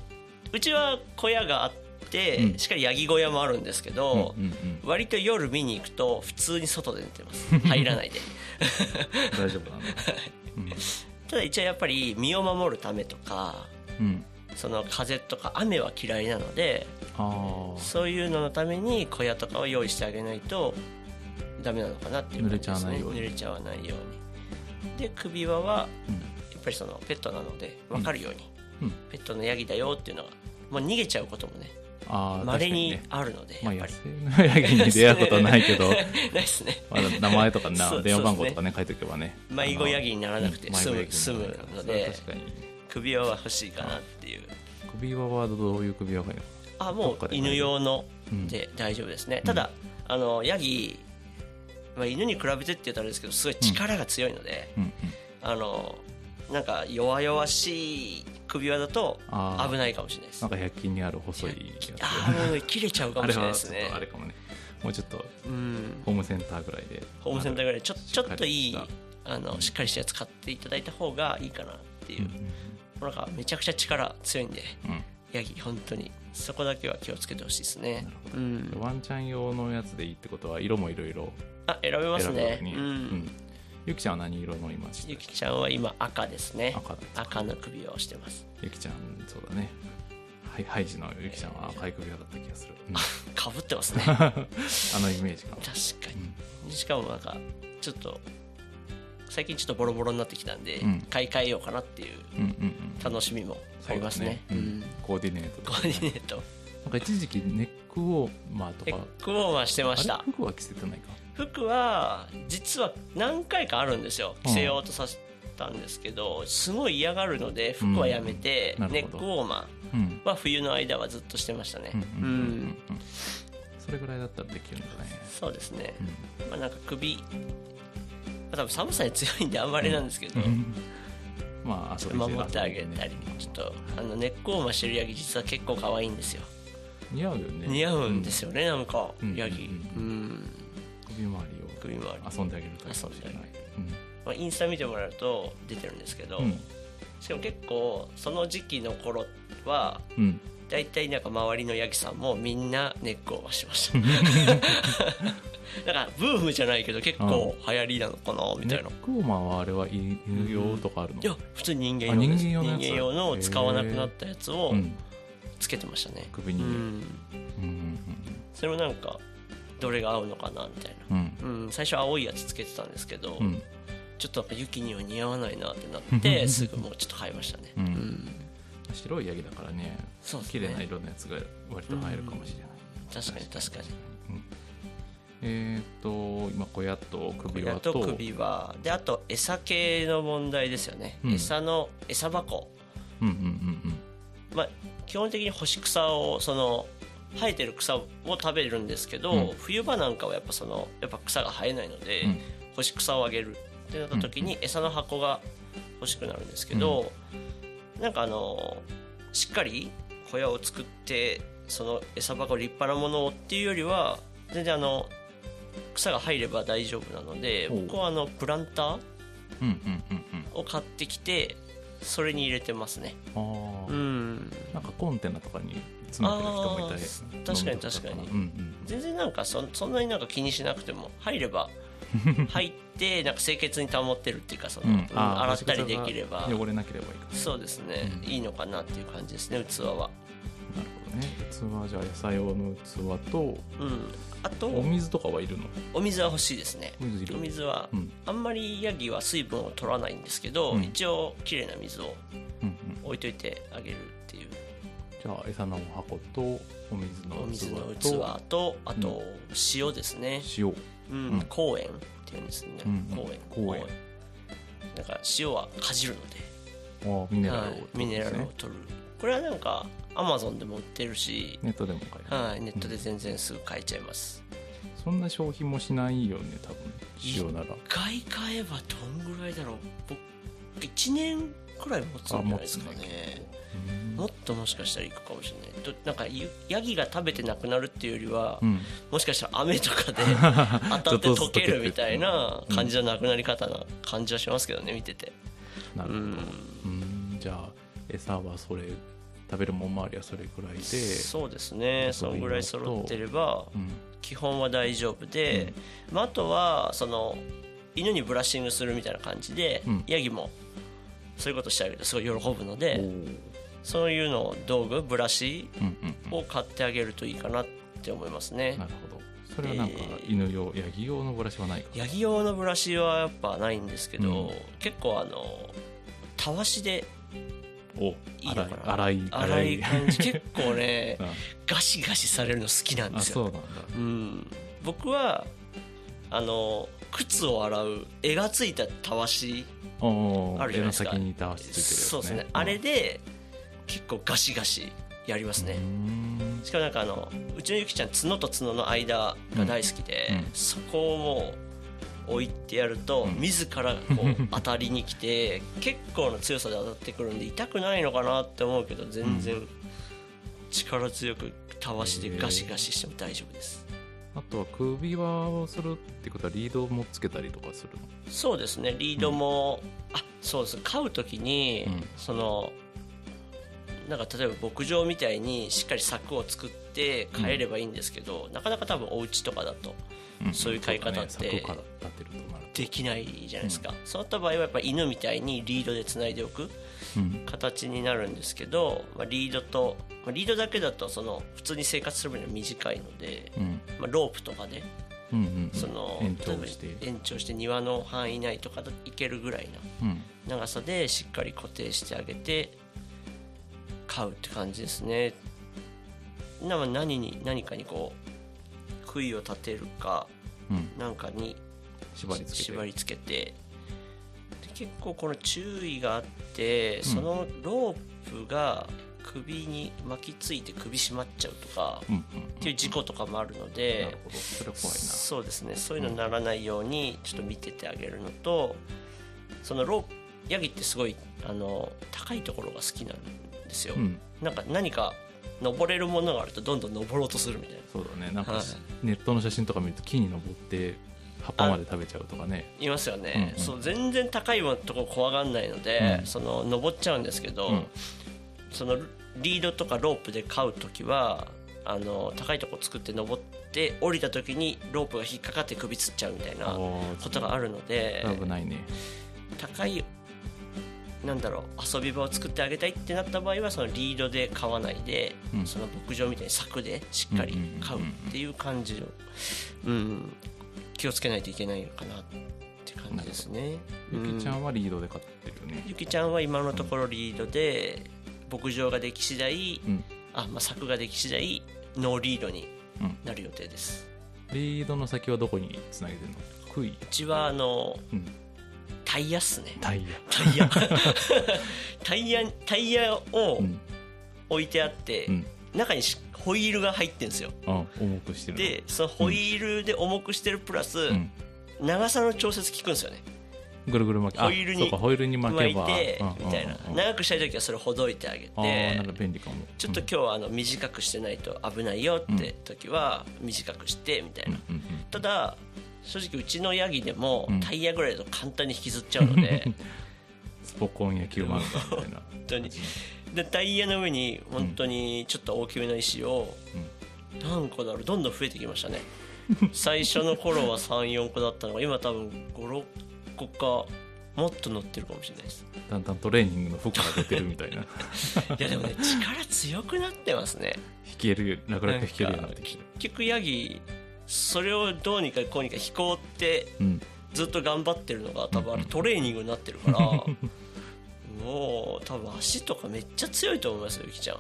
Speaker 2: うちは小屋があって、
Speaker 1: うん
Speaker 2: しっかりヤギ小屋もあるんですけど、
Speaker 1: うんうんうん
Speaker 2: 割と夜見に行くと普通に外で寝て
Speaker 1: (laughs)
Speaker 2: ます入らないで
Speaker 1: 大丈夫なの、うん
Speaker 2: ただ一応やっぱり身を守るためとか
Speaker 1: うん、
Speaker 2: その風とか雨は嫌いなので
Speaker 1: ああ
Speaker 2: そういうののために小屋とかを用意してあげないとダメなのかなっていう感じです、ね、
Speaker 1: 濡れちゃわないように
Speaker 2: 濡れちゃわないようにで首輪は
Speaker 1: うん
Speaker 2: やっぱりそのペットなので分かるように、
Speaker 1: うん
Speaker 2: ペットのヤギだよっていうのがもう逃げちゃうこともね
Speaker 1: あー
Speaker 2: まれ
Speaker 1: 確か
Speaker 2: に
Speaker 1: ね
Speaker 2: あるので
Speaker 1: ま
Speaker 2: や
Speaker 1: あ
Speaker 2: っ
Speaker 1: 野
Speaker 2: ぱ
Speaker 1: 生の
Speaker 2: り、
Speaker 1: ヤギに出会うことはないけ
Speaker 2: (laughs)
Speaker 1: ど
Speaker 2: ないですね
Speaker 1: まだ名前とか
Speaker 2: そう
Speaker 1: な電話番号とかね書いておけばね
Speaker 2: 迷子ヤギにな
Speaker 1: な
Speaker 2: らなくて済む済むので
Speaker 1: 確かに
Speaker 2: 首輪は欲しいかなっていう
Speaker 1: 首輪はどういう首輪がいいの
Speaker 2: あ
Speaker 1: ど
Speaker 2: も
Speaker 1: っか
Speaker 2: う
Speaker 1: で買える
Speaker 2: 犬用の
Speaker 1: うん
Speaker 2: で大丈夫ですね、ただあのヤギまあ、犬に比べてって言ったらあれですけどすごい力が強いので、
Speaker 1: うんうん
Speaker 2: あのなんか弱々しい首輪だと
Speaker 1: あー
Speaker 2: 危ないかもしれないです
Speaker 1: なんか100均にある細いやつ
Speaker 2: あーもう切れちゃうか
Speaker 1: あ
Speaker 2: も
Speaker 1: れ
Speaker 2: しれない
Speaker 1: は
Speaker 2: で
Speaker 1: ち
Speaker 2: す
Speaker 1: ょっ
Speaker 2: ね
Speaker 1: (laughs) とあれかもねもうちょっと
Speaker 2: うん
Speaker 1: ホームセンターぐらいで
Speaker 2: ホームセンターぐらいでちょちょっとい
Speaker 1: し
Speaker 2: い
Speaker 1: っかり
Speaker 2: あのしっかりしたやつ買っていただいた方がいいかなってい
Speaker 1: う
Speaker 2: う、
Speaker 1: ん
Speaker 2: なんかめちゃくちゃ力強いんで
Speaker 1: うん
Speaker 2: ヤギ本当にそこだけは気をつけてほしいです
Speaker 1: な
Speaker 2: ね
Speaker 1: るほ
Speaker 2: う
Speaker 1: ど
Speaker 2: ん、
Speaker 1: ワンちゃん用のやつでいいってことは色もいろいろ
Speaker 2: あ選べます
Speaker 1: 選ぶ
Speaker 2: ね
Speaker 1: のに、
Speaker 2: う
Speaker 1: うんんゆきちゃんは何色の今し
Speaker 2: ゆきちゃんは今赤ですね
Speaker 1: 赤だ
Speaker 2: 赤の首輪をしてます
Speaker 1: ゆきちゃんそうだねはいハイジのゆきちゃんは赤い首輪だった気がする、うん
Speaker 2: かぶってますね
Speaker 1: (laughs) あのイメージかも
Speaker 2: 確かにしかもなんかちょっと最近ちょっとボロボロになってきたんで、
Speaker 1: ん
Speaker 2: 買い替えようかなっていう
Speaker 1: うんうんうん
Speaker 2: 楽しみもありますね
Speaker 1: そうだ
Speaker 2: う
Speaker 1: うんんコーディネートと
Speaker 2: コ
Speaker 1: か
Speaker 2: ーディネー
Speaker 1: (laughs)
Speaker 2: ト
Speaker 1: なんか一時期ネックウォーマーと
Speaker 2: エ
Speaker 1: か
Speaker 2: ッグウォーマーしてまし
Speaker 1: あ
Speaker 2: た
Speaker 1: れ服は着せてないか
Speaker 2: 服は実は何回かあるんですよ着せようとさせたんですけど、すごい嫌がるので服はやめて、
Speaker 1: うんな
Speaker 2: ネ
Speaker 1: る
Speaker 2: ッ
Speaker 1: ほ
Speaker 2: ク
Speaker 1: ど
Speaker 2: ウォーマ
Speaker 1: うん
Speaker 2: ーは冬の間はずっとしてましたね
Speaker 1: う
Speaker 2: うんん、
Speaker 1: うんうんうんうんそれぐらいだったらできるんだね
Speaker 2: そうですね、
Speaker 1: うん
Speaker 2: まあ、なんか首、まあ、多分寒さに強いんであんまりなんですけど、
Speaker 1: まあ遊び
Speaker 2: 守ってあげ
Speaker 1: 遊びで
Speaker 2: た
Speaker 1: ね
Speaker 2: りちょっとあの根っこを増してるヤギ実は結構可愛いんですよ
Speaker 1: 似合うよね
Speaker 2: 似合うんですすよね、なんか
Speaker 1: うん
Speaker 2: ヤギ
Speaker 1: う
Speaker 2: うん、
Speaker 1: 首周りを
Speaker 2: 首周り
Speaker 1: 遊んであげるタイプかもしれない
Speaker 2: まあ、インスタ見てもらうと出てるんですけど、
Speaker 1: うん
Speaker 2: しかも結構その時期の頃は
Speaker 1: うん
Speaker 2: 大体なんか周りのヤギさんもみんな根っこを増しま (laughs) したなんかブームじゃないけど結構流行りなのかなみ
Speaker 1: ネ
Speaker 2: たいな
Speaker 1: ックウォーマーはあれは犬用とかあるの
Speaker 2: いや普通に人間用で
Speaker 1: あ人
Speaker 2: す
Speaker 1: 間用のやつ
Speaker 2: 人間用の使わなくなったやつを
Speaker 1: うん
Speaker 2: つけてましたね、
Speaker 1: 首
Speaker 2: う
Speaker 1: に
Speaker 2: ん
Speaker 1: うん
Speaker 2: それもなんかどれが合うのかなみたい
Speaker 1: うんうん
Speaker 2: な、うん、最初青いやつつけてたんですけど、
Speaker 1: うん
Speaker 2: ちょっとやっぱ雪には似合わないなってな
Speaker 1: (laughs)
Speaker 2: ってすぐもうちょっと買いましたね、
Speaker 1: うん
Speaker 2: うん
Speaker 1: 白いヤギだからね
Speaker 2: そうですね
Speaker 1: 綺麗な色のやつが割と入るかもしれない
Speaker 2: 確かに確かに
Speaker 1: うんえーっと今小屋と首
Speaker 2: 首輪
Speaker 1: 輪
Speaker 2: と
Speaker 1: と
Speaker 2: 首輪であと餌系の問題ですよね、
Speaker 1: うん
Speaker 2: 餌の餌箱
Speaker 1: うんうんうん
Speaker 2: まあ基本的に干し草をその生えてる草を食べるんですけど、
Speaker 1: うん
Speaker 2: 冬場なんかはやっぱそのやっぱ草が生えないので、
Speaker 1: うん
Speaker 2: 干し草をあげるってなった時に餌の箱が欲しくなるんですけど、なんかあのしっかり小屋を作ってその餌箱立派なものをっていうよりは全然あの草が入れば大丈夫なので
Speaker 1: ほう
Speaker 2: 僕はあのプランター
Speaker 1: うんうんうんうんうん
Speaker 2: を買ってきてそれに入れてますね。
Speaker 1: ああ、
Speaker 2: うん
Speaker 1: なんかコンテナとかに詰めてる人もいたり
Speaker 2: あー確かに確かに
Speaker 1: うんうん
Speaker 2: 全然なんかそそんなになんか気にしなくても入
Speaker 1: (laughs)
Speaker 2: れば入ってなんか清潔に保ってるっていうかその、
Speaker 1: うん
Speaker 2: うん
Speaker 1: あー
Speaker 2: 洗ったりできれば
Speaker 1: 汚れなければいいか
Speaker 2: そうですね、
Speaker 1: うん
Speaker 2: いいのかなっていう感じですね器は、
Speaker 1: なるほどね器じゃあ野菜用の器と
Speaker 2: うん、あと
Speaker 1: お水とかはいるの
Speaker 2: お水は欲しいですね
Speaker 1: お水いる
Speaker 2: お水は、
Speaker 1: うん
Speaker 2: あんまりヤギは水分を取らないんですけど、
Speaker 1: うん
Speaker 2: 一応きれいな水を
Speaker 1: うんうん
Speaker 2: 置いといてあげるっていう
Speaker 1: じゃあ餌の箱とお水の器と
Speaker 2: お水の器とあと塩ですね、
Speaker 1: 塩
Speaker 2: うん
Speaker 1: うん
Speaker 2: 公園っていうんですね、
Speaker 1: うん
Speaker 2: 公園
Speaker 1: 公園
Speaker 2: なんか塩はかじるので
Speaker 1: ああミネラルを
Speaker 2: はい、ミネラルを取るこれはなんかアマゾンでも売ってるし、
Speaker 1: ネットでも買える、
Speaker 2: はい、ネットで全然すぐ買えちゃいます
Speaker 1: そんな消費もしないよね多分塩なら
Speaker 2: 一回買えばどんぐらいだろう僕1年くらい持つんじゃないですか
Speaker 1: あ持つ
Speaker 2: ね
Speaker 1: うん
Speaker 2: もっともしかしたらいくかもしれないとなんかゆヤギが食べてなくなるっていうよりは、
Speaker 1: うん
Speaker 2: もしかしたら雨とかで
Speaker 1: (laughs)
Speaker 2: 当たっ
Speaker 1: ち
Speaker 2: て
Speaker 1: ょっとずつ
Speaker 2: 溶けるみたいな
Speaker 1: 溶けて
Speaker 2: 感じのなくなり方な感じはしますけどね見てて
Speaker 1: なる
Speaker 2: う
Speaker 1: ほど、
Speaker 2: ん
Speaker 1: うんじゃあ餌はそれ食べるもん周りはそれぐらいで
Speaker 2: そうですねそのぐらい揃ってれば
Speaker 1: うん
Speaker 2: 基本は大丈夫で、まあ、あとはその犬にブラッシングするみたいな感じで、
Speaker 1: うん
Speaker 2: ヤギもそういうことしてあげるとすごい喜ぶの
Speaker 1: お
Speaker 2: で
Speaker 1: ー
Speaker 2: そういうのを道具ブラシ
Speaker 1: うんうん
Speaker 2: を買ってあげるといいかなって思いますね
Speaker 1: なるほどそれはなんか犬用、ヤギ用のブラシはないか
Speaker 2: ヤギ用のブラシはやっぱないんですけど、
Speaker 1: うん
Speaker 2: 結構あのたわしで
Speaker 1: お
Speaker 2: いいのかな
Speaker 1: 荒い
Speaker 2: 粗い感じ結構ね
Speaker 1: (laughs) うん
Speaker 2: ガシガシされるの好きなんで
Speaker 1: あ
Speaker 2: す
Speaker 1: そ
Speaker 2: よ
Speaker 1: うなんだ
Speaker 2: うん、僕はあの靴を洗う絵がついたたわし
Speaker 1: おー
Speaker 2: あるじゃないですか
Speaker 1: 柄の先にたわしついてるやつ、ね、
Speaker 2: そうですね、あれで結構ガシガシやります
Speaker 1: う
Speaker 2: ね、
Speaker 1: ん
Speaker 2: しかもなんかあのうちのゆきちゃん角と角の間が大好きで、
Speaker 1: うんうん
Speaker 2: そこをもう置いてやると
Speaker 1: ん
Speaker 2: 自らこう当たりに来て結構な強さで当たってくるんで痛くないのかなって思うけど全然力強くたわしでガシガシしても大丈夫です
Speaker 1: あとは首輪をするってことはリードもつけたりとかするの
Speaker 2: そうですねリードも、あそうです飼う時に、
Speaker 1: うん
Speaker 2: そのなんか例えば牧場みたいにしっかり柵を作って飼えればいいんですけど、なかなか多分お家とかだと
Speaker 1: うん
Speaker 2: そういう飼い方って
Speaker 1: そうだね柵から立てるとなると
Speaker 2: できないじゃないですか、そうなった場合はやっぱ犬みたいにリードでつないでおく
Speaker 1: うん
Speaker 2: 形になるんですけど、まあ、リードと、まあ、リードだけだとその普通に生活する分には短いので、
Speaker 1: うん
Speaker 2: まあ、ロープとかで
Speaker 1: うんうん
Speaker 2: その
Speaker 1: 延長して
Speaker 2: 例えば延長して庭の範囲内とかで行けるぐらいな
Speaker 1: うん
Speaker 2: 長さでしっかり固定してあげて飼うって感じですねなまあ何に何かにこう杭を立てるか
Speaker 1: うん
Speaker 2: なんかに
Speaker 1: 縛りつけて
Speaker 2: 縛りつけてで結構この注意があってそのロープが首に巻きついて首締まっちゃうとか
Speaker 1: うんうん
Speaker 2: っていう事故とかもあるの
Speaker 1: な
Speaker 2: で
Speaker 1: るほどそれ怖いな
Speaker 2: そうですねそういうのにならないようにちょっと見ててあげるのとそのロープヤギってすごいあの高いところが好きなんですよ、
Speaker 1: うん
Speaker 2: なんか何か登れるものがあるとどんどん登ろうとするみたいな
Speaker 1: そうだねなんかし
Speaker 2: は
Speaker 1: ネットの写真とか見ると木に登って葉っぱまで食べちゃうとかね
Speaker 2: いますよね、
Speaker 1: うんうん
Speaker 2: そう全然高いとこ怖がんないので、
Speaker 1: うん
Speaker 2: その登っちゃうんですけど、
Speaker 1: うん
Speaker 2: そのリードとかロープで飼う時はあの高いとこ作って登って降りた時にロープが引っかかって首つっちゃうみたいなこ
Speaker 1: おー
Speaker 2: とがあるので
Speaker 1: 危ないね
Speaker 2: 高いなんだろう遊び場を作ってあげたいってなった場合はそのリードで飼わないで、
Speaker 1: うん
Speaker 2: その牧場みたいに柵でしっかり飼うっていう感じの、うん、気をつけないといけないのかなって感じですね。
Speaker 1: ゆきちゃ
Speaker 2: うん
Speaker 1: んはリードで飼ってるよね
Speaker 2: ゆきちゃんは今のところリードで牧場ができ次第、
Speaker 1: うん
Speaker 2: あまあ、柵ができ次第ノーリードに
Speaker 1: うん
Speaker 2: なる予定です。
Speaker 1: リードの先はどこにつなげてるの杭
Speaker 2: うちはあの
Speaker 1: うん
Speaker 2: タイヤっすね
Speaker 1: タイヤ
Speaker 2: タイヤタイヤタイヤを
Speaker 1: うん
Speaker 2: 置いてあって、
Speaker 1: うん
Speaker 2: 中にしホイールが入ってるんですよ
Speaker 1: あ重くしてる
Speaker 2: でそのホイールで重くしてるプラ
Speaker 1: の
Speaker 2: ス、
Speaker 1: うん
Speaker 2: 長さの調節効くんですよね
Speaker 1: ぐるぐる巻きあ
Speaker 2: ホイールに
Speaker 1: そうかホイールに巻
Speaker 2: 巻
Speaker 1: け
Speaker 2: い
Speaker 1: ば
Speaker 2: て
Speaker 1: うんうんうんうん
Speaker 2: みたいな長くしたい時はそれほどいてあげ
Speaker 1: あーなんか
Speaker 2: て
Speaker 1: 便利かも
Speaker 2: ちょっと今日はあの短くしてないと危ないよって時は短くしてみたいな
Speaker 1: うんうん
Speaker 2: ただ正直うちのヤギでも
Speaker 1: うん
Speaker 2: タイヤぐらいだと簡単に引きずっちゃうの
Speaker 1: (laughs)
Speaker 2: で
Speaker 1: スポコン野球漫画みたいな
Speaker 2: 本当にでタイヤの上に本当にちょっと大きめの石を
Speaker 1: うん
Speaker 2: 何個だろうどんどん増えてきました
Speaker 1: (laughs)
Speaker 2: ね最初の頃は34個だったのが今多分56個かもっと乗ってるかもしれない
Speaker 1: (laughs)
Speaker 2: です
Speaker 1: だんだんトレーニングの負荷が出てるみ
Speaker 2: (laughs)
Speaker 1: たいな
Speaker 2: いやでもね力強くなってますね
Speaker 1: 引ける楽々
Speaker 2: なん
Speaker 1: 引けるようにな
Speaker 2: か
Speaker 1: ってき
Speaker 2: 結
Speaker 1: てる
Speaker 2: 局ヤギそれをどうにかこうにか飛行って
Speaker 1: うん
Speaker 2: ずっと頑張ってるのが多分あれトレーニングになってるから
Speaker 1: (laughs)
Speaker 2: もう多分足とかめっちゃ強いと思いますよゆきちゃん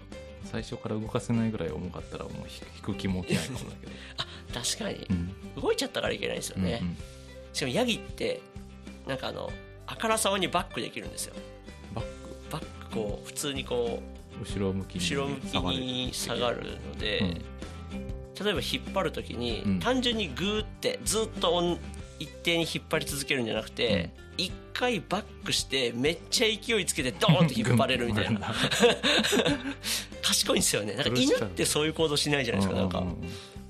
Speaker 1: 最初から動かせないぐらい重かったらもう引く気も起きないかもだけど
Speaker 2: 確かに
Speaker 1: うん
Speaker 2: 動いちゃったからいけないですよ
Speaker 1: うんう
Speaker 2: ね、
Speaker 1: ん
Speaker 2: しかもヤギってなんかあのあからさまにバックできるんですよ
Speaker 1: バック
Speaker 2: バックこう普通にこ
Speaker 1: 後ろ向き
Speaker 2: う
Speaker 1: に
Speaker 2: 後ろ向きに下がるので、
Speaker 1: うん
Speaker 2: 例えば引っ張る時に、
Speaker 1: うん
Speaker 2: 単純にグーってずっとおん一定に引っ張り続けるんじゃなくて、一回バックしてめっちゃ勢いつけてドーンって引っ張れる
Speaker 1: (laughs)
Speaker 2: みたいな
Speaker 1: な
Speaker 2: 賢いんですよねなんか犬ってそういう行動しないじゃないですかなんか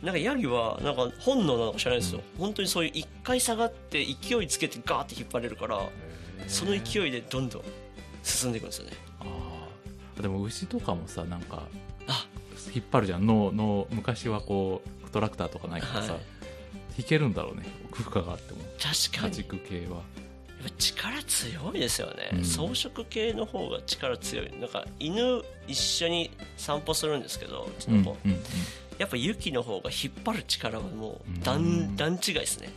Speaker 2: なんかヤギはなんか本能なのか知らないですよ、本当にそういう一回下がって勢いつけてガーって引っ張れるからその勢いでどんどん進んでいくんですよね
Speaker 1: あーでも牛とかもさなんか
Speaker 2: あ
Speaker 1: 引っ張るじゃんのの昔はこうトラクターとかないからさ、
Speaker 2: はい
Speaker 1: 引けるんだろうね負荷があっても
Speaker 2: 確
Speaker 1: 家
Speaker 2: かにや
Speaker 1: 畜系は
Speaker 2: っぱ力強いですよね、
Speaker 1: うん
Speaker 2: 草食系の方が力強いなんか犬一緒に散歩するんですけどうちの子、
Speaker 1: うんうん
Speaker 2: やっぱユキの方が引っ張る力はも
Speaker 1: うん
Speaker 2: う段段違いですね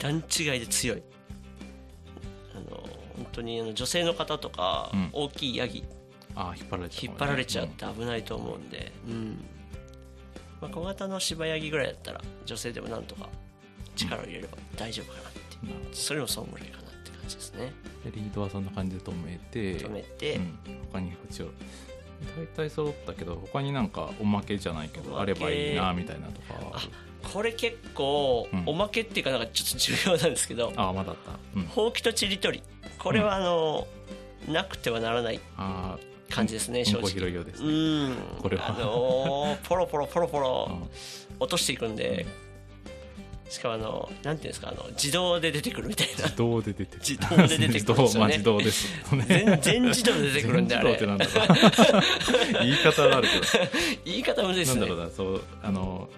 Speaker 2: 段違いで強いあの本当にあの女性の方とか
Speaker 1: うん
Speaker 2: 大きいヤギ
Speaker 1: ああ引っ張られちゃう
Speaker 2: 引っ張られちゃって危ないと思うんで、うんまあ、小型の芝ヤギぐらいだったら女性でもなんとか力を入れれば大丈夫かなって、
Speaker 1: うんなるほ
Speaker 2: それもそんぐらいかなって感じですね
Speaker 1: どでリードはそんな感じで止めて
Speaker 2: 止めて、
Speaker 1: うん、他に口を大体揃ったけど他になんかおまけじゃないけ
Speaker 2: お
Speaker 1: ど
Speaker 2: まけ
Speaker 1: あればいいなみたいなとかは
Speaker 2: あこれ結構
Speaker 1: うん
Speaker 2: おまけっていうかなんかちょっと重要なんですけど、
Speaker 1: ああまだあった、うん、
Speaker 2: ほうきとちりとりこれはあの、なくてはならない
Speaker 1: あ
Speaker 2: 感じですね
Speaker 1: あ
Speaker 2: 正
Speaker 1: うんこ
Speaker 2: 直
Speaker 1: 広いようです
Speaker 2: う
Speaker 1: ね、
Speaker 2: ん
Speaker 1: これは
Speaker 2: あのーポロポロポロポロ
Speaker 1: うん
Speaker 2: 落としていくんでしかもあのなんていうんですかあの自動で出てくるみたいな
Speaker 1: 自動で出てくる
Speaker 2: 自動で出てくるんです
Speaker 1: 自
Speaker 2: よね
Speaker 1: 動まあ自動ですけど
Speaker 2: 全
Speaker 1: ね
Speaker 2: 全自動で出てくるんであ
Speaker 1: 全自動
Speaker 2: れ
Speaker 1: ってなんだろう (laughs) 言い方はあるけど
Speaker 2: 言い方むずいです
Speaker 1: な
Speaker 2: ね
Speaker 1: んだろうな、そう、あの、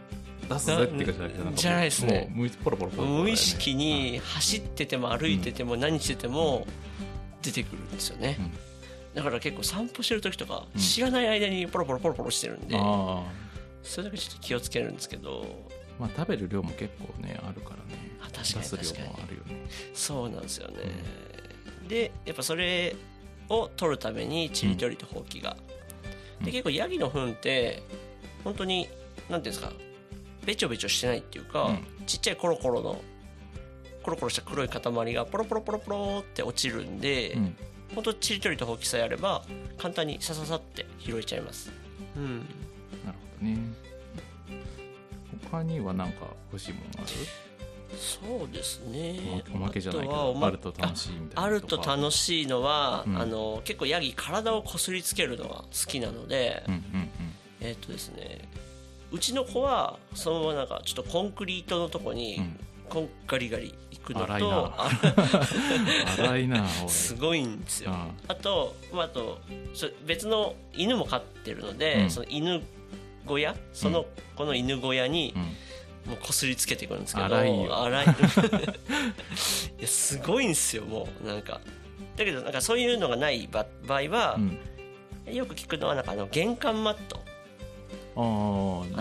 Speaker 1: 出すぜっていうかじゃなくて、んかもう
Speaker 2: じゃないですね
Speaker 1: もう、ポロポロポロポロ、
Speaker 2: 無意識。に走ってても歩いてても何してても出てくるんですよね、
Speaker 1: うん
Speaker 2: だから結構散歩してる時とか
Speaker 1: うん
Speaker 2: 知らない間にポロポロポロポロしてるんで、
Speaker 1: あ
Speaker 2: それだけちょっと気をつけるんですけど
Speaker 1: あ、まあ、食べる量も結構ね、あるからね。
Speaker 2: あ確か
Speaker 1: 出
Speaker 2: に
Speaker 1: す
Speaker 2: 確か
Speaker 1: 量
Speaker 2: に
Speaker 1: もあるよね。
Speaker 2: そうなんですよね、でやっぱそれを取るためにちりとりとほうきが、
Speaker 1: うん
Speaker 2: で結構ヤギの糞って本当に何ていうんですかべちょべちょしてないっていうか、
Speaker 1: うん
Speaker 2: ちっちゃいコロコロのコロコロした黒い塊がポロポロポロポロって落ちるんで、
Speaker 1: うん、
Speaker 2: 本当ちりとりとほうきさえあれば簡単にさささって拾えちゃいますうん
Speaker 1: なるほどね。他にはなんか欲しいものある、
Speaker 2: そうですね
Speaker 1: おまおまけじゃないけ
Speaker 2: あとはお
Speaker 1: ど、
Speaker 2: ま
Speaker 1: あると楽しいみたいな。
Speaker 2: あると
Speaker 1: しい。
Speaker 2: 楽しいのは、
Speaker 1: うん
Speaker 2: あの結構ヤギ体をこすりつけるのが好きなので、
Speaker 1: うんうんうん。
Speaker 2: えーっとですねうちの子はそのままなんかちょっとコンクリートのとこ
Speaker 1: う
Speaker 2: に
Speaker 1: ん
Speaker 2: こんガリガリ行くの
Speaker 1: 荒い
Speaker 2: と、
Speaker 1: な
Speaker 2: あ
Speaker 1: 荒いな、おい。
Speaker 2: (laughs) すごいんですよ
Speaker 1: あ
Speaker 2: あと、まあ、あとそ別の犬も飼ってるので、
Speaker 1: うん
Speaker 2: その犬小屋その、この犬小屋に
Speaker 1: あ、うん。
Speaker 2: もうこすりつけてくるんですけど
Speaker 1: 荒いよ
Speaker 2: 荒い (laughs) いやすごいんですよもうなんかだけどなんかそういうのがない場場合は
Speaker 1: う、ん
Speaker 2: よく聞くのはなんかあの玄関マット
Speaker 1: ああ、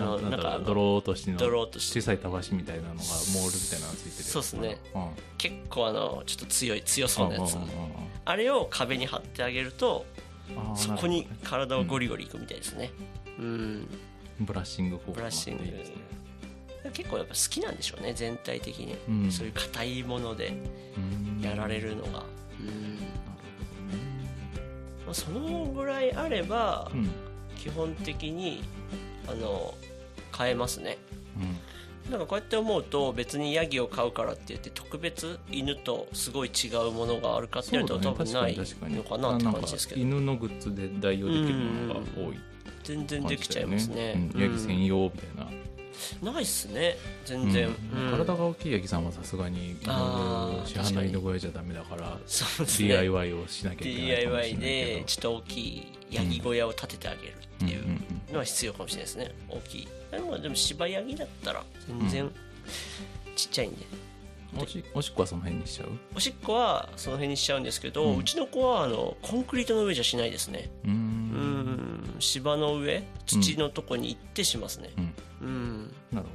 Speaker 2: あ
Speaker 1: な
Speaker 2: の
Speaker 1: ん
Speaker 2: なんかあ
Speaker 1: か、
Speaker 2: の
Speaker 1: ドローとしての、
Speaker 2: ドローっとして
Speaker 1: 小さいたわしみたいなのが、モールみたいなのがついてる。
Speaker 2: そうっすね。
Speaker 1: うん。
Speaker 2: 結構あのちょっと強い強そうなやつ
Speaker 1: んんんうん
Speaker 2: あれを壁に貼ってあげると
Speaker 1: あー
Speaker 2: そこ
Speaker 1: な
Speaker 2: に
Speaker 1: るほどね
Speaker 2: 体をゴリゴリいくみたいですねうん
Speaker 1: ブラッシング方法
Speaker 2: ブラッシング
Speaker 1: いいですね
Speaker 2: 結構やっぱ好きなんでしょうね全体的に、
Speaker 1: うん
Speaker 2: そういう硬いもので
Speaker 1: うん
Speaker 2: やられるのがうんまあ、そのぐらいあれば
Speaker 1: うんうん
Speaker 2: 基本的にあの買えますねなんかこうやって思うと別にヤギを飼うからって言って特別犬とすごい違うものがあるかっていうと多分ないのかなって感じですけど
Speaker 1: 犬のグッズで代用できるものが多い
Speaker 2: 全然
Speaker 1: 感
Speaker 2: で
Speaker 1: じ
Speaker 2: きち
Speaker 1: だ
Speaker 2: ゃい
Speaker 1: よ
Speaker 2: ま
Speaker 1: ね
Speaker 2: すね、
Speaker 1: うんヤギ専用みたいな
Speaker 2: うんないっすね全然、
Speaker 1: うん
Speaker 2: うん
Speaker 1: 体が大きいヤギさんはさすがに犬
Speaker 2: あー
Speaker 1: 市販の犬小屋じゃダメだから
Speaker 2: そうですね
Speaker 1: DIY をしなきゃいけないかもしれ
Speaker 2: DIY
Speaker 1: ない
Speaker 2: で
Speaker 1: け
Speaker 2: ちょっと大きいヤギ小屋を建ててあげるって
Speaker 1: ど
Speaker 2: いう
Speaker 1: うんうん
Speaker 2: のは必要かもしれないですね大きいでもでも芝ヤギだったら全
Speaker 1: う
Speaker 2: 然ちっちゃいんで
Speaker 1: うんおしおしっこはその辺にしちゃう
Speaker 2: おしっこはその辺にしちゃうんですけど、
Speaker 1: う
Speaker 2: うんちの子はあのコンクリートの上じゃしないですね
Speaker 1: うー
Speaker 2: うんん芝の上土のとこに行ってしますね
Speaker 1: うん
Speaker 2: うん
Speaker 1: なる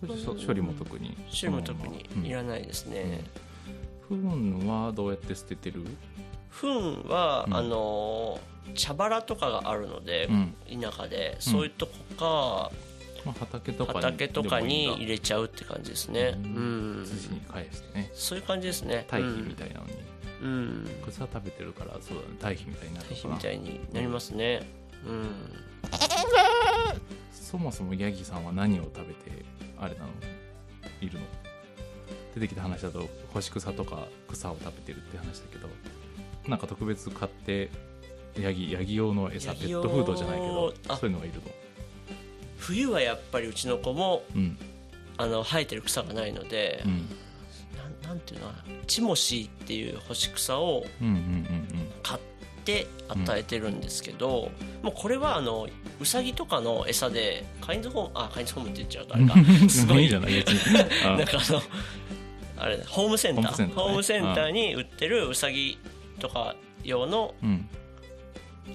Speaker 1: ほどそ処理も特に
Speaker 2: 種類も特にいらないですね、
Speaker 1: フンはどうやって捨ててる
Speaker 2: 糞は、
Speaker 1: うん
Speaker 2: あのー茶腹とかがあるので、
Speaker 1: うん
Speaker 2: 田舎でそういうとこ
Speaker 1: まあ、畑と
Speaker 2: か
Speaker 1: かに
Speaker 2: 畑とか
Speaker 1: で
Speaker 2: に
Speaker 1: もいい
Speaker 2: 入
Speaker 1: んだ
Speaker 2: れちゃうって感じですねう、
Speaker 1: うん土に返してね
Speaker 2: そういう感じですね
Speaker 1: 堆肥みたいなのに、
Speaker 2: うん、うん
Speaker 1: 草食べてるからそうだね堆肥みたいになる
Speaker 2: 堆
Speaker 1: のか
Speaker 2: 肥
Speaker 1: な
Speaker 2: みたいになりますねうん
Speaker 1: そもそもヤギさんは何を食べてあれなのいるの出てきた話だと干し草とか草を食べてるって話だけどなんか特別買ってヤギヤギ用の餌
Speaker 2: ヤ
Speaker 1: ペ
Speaker 2: ギ
Speaker 1: ッ
Speaker 2: 用
Speaker 1: トフードじゃないけど
Speaker 2: あ
Speaker 1: そういうのがいるの
Speaker 2: 冬はやっぱりうちの子も
Speaker 1: うん
Speaker 2: あの生えてる草がないので
Speaker 1: う、ん
Speaker 2: なん、なんていうのかなチモシーっていう干し草を
Speaker 1: うんうんうん
Speaker 2: 買って与えてるんですけど、もうこれはあのウサギとかの餌でカインズホームあカインズホームって言っちゃうとあれか
Speaker 1: うん
Speaker 2: すご (laughs) い
Speaker 1: いいじゃない別にあ
Speaker 2: なんかあのあれだホームセンター
Speaker 1: ホームセンターね
Speaker 2: ホームセンターに売ってるウサギとか用の
Speaker 1: うん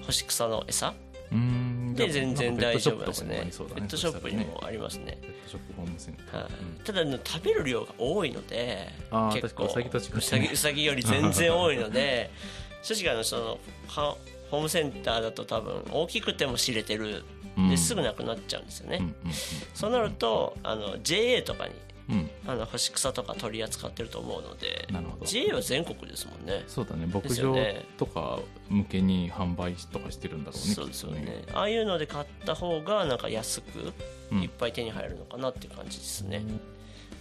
Speaker 2: 干し草の餌
Speaker 1: うーん
Speaker 2: で全然大丈夫なん
Speaker 1: で
Speaker 2: ですすねペットショップにもありますね
Speaker 1: ペットショップホームセンター
Speaker 2: はいただね食べる量が多いので
Speaker 1: あー確かにウサギと違ってね
Speaker 2: ウサギウサギより全然多いの
Speaker 1: (laughs)
Speaker 2: で正直あのそのはホームセンターだと多分大きくても知れてる
Speaker 1: うん
Speaker 2: ですぐなくなっちゃうんですよね、
Speaker 1: うんうんうん
Speaker 2: そうなるとあの JA とかに
Speaker 1: うん
Speaker 2: あの干し草とか取り扱ってると思うので
Speaker 1: なるほど
Speaker 2: GA は全国ですもんね
Speaker 1: そうだね
Speaker 2: で
Speaker 1: 牧
Speaker 2: すよ
Speaker 1: 場
Speaker 2: ね
Speaker 1: とか向けに販売とかしてるんだろうね
Speaker 2: そうですよ
Speaker 1: きっと
Speaker 2: ねああいうので買った方がなんか安く
Speaker 1: うん
Speaker 2: いっぱい手に入るのかなっていう感じですね、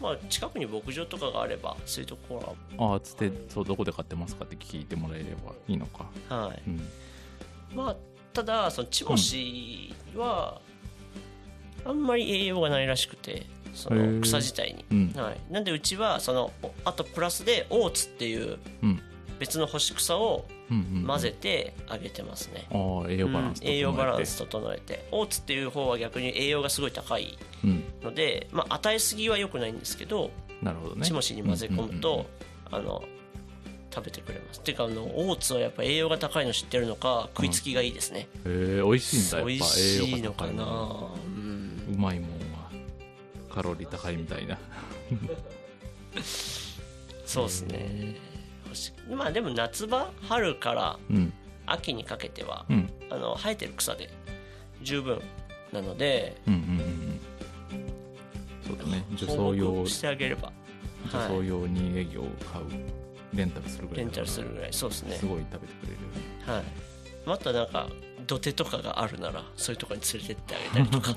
Speaker 2: まあ近くに牧場とかがあればそういうところ
Speaker 1: ああつってそうどこで買ってますかって聞いてもらえればいいのか、
Speaker 2: は、はい
Speaker 1: うん、
Speaker 2: まあただそのチボシはあんまり栄養がないらしくてそ
Speaker 1: へー
Speaker 2: の草自体に、
Speaker 1: うん
Speaker 2: はい、なんでうちはそのおあとプラスでオーツっていう
Speaker 1: うん
Speaker 2: 別の干し草を
Speaker 1: うんうんうん
Speaker 2: 混ぜてあげてますね、
Speaker 1: ああ栄養バランス
Speaker 2: うん栄養バランス整えてオーツっていう方は逆に栄養がすごい高い
Speaker 1: うん
Speaker 2: ので、まあ、与えすぎは良くないんですけど
Speaker 1: なるほどね
Speaker 2: チモシに混ぜ込む
Speaker 1: うんうん
Speaker 2: と、あの食べてくれますっていうかあのオーツはやっぱ栄養が高いの知ってるのか食いつきがいいですね、
Speaker 1: うんへえ美味しいんだやっぱ
Speaker 2: 美味
Speaker 1: 栄
Speaker 2: しい
Speaker 1: 養
Speaker 2: の
Speaker 1: が高
Speaker 2: か
Speaker 1: い
Speaker 2: な
Speaker 1: の
Speaker 2: うん
Speaker 1: うまいもんはカロリー高いみたいな
Speaker 2: そうですね欲しいまあでも夏場春から
Speaker 1: うん
Speaker 2: 秋にかけては、
Speaker 1: うん
Speaker 2: あの生えてる草で十分なので
Speaker 1: うんうんうんうんそうだね除草
Speaker 2: 放
Speaker 1: 用
Speaker 2: 牧してあげれば
Speaker 1: 除
Speaker 2: は
Speaker 1: 草
Speaker 2: い
Speaker 1: 用にネギを買うレンタルするぐら
Speaker 2: レ
Speaker 1: い
Speaker 2: ン
Speaker 1: だか
Speaker 2: タ
Speaker 1: ら
Speaker 2: ルするぐらいそうですね
Speaker 1: すごい食べてくれるよね
Speaker 2: はいまたなんか土手とかがあるならそういうとこに連れてってあげたり
Speaker 1: (laughs)
Speaker 2: とか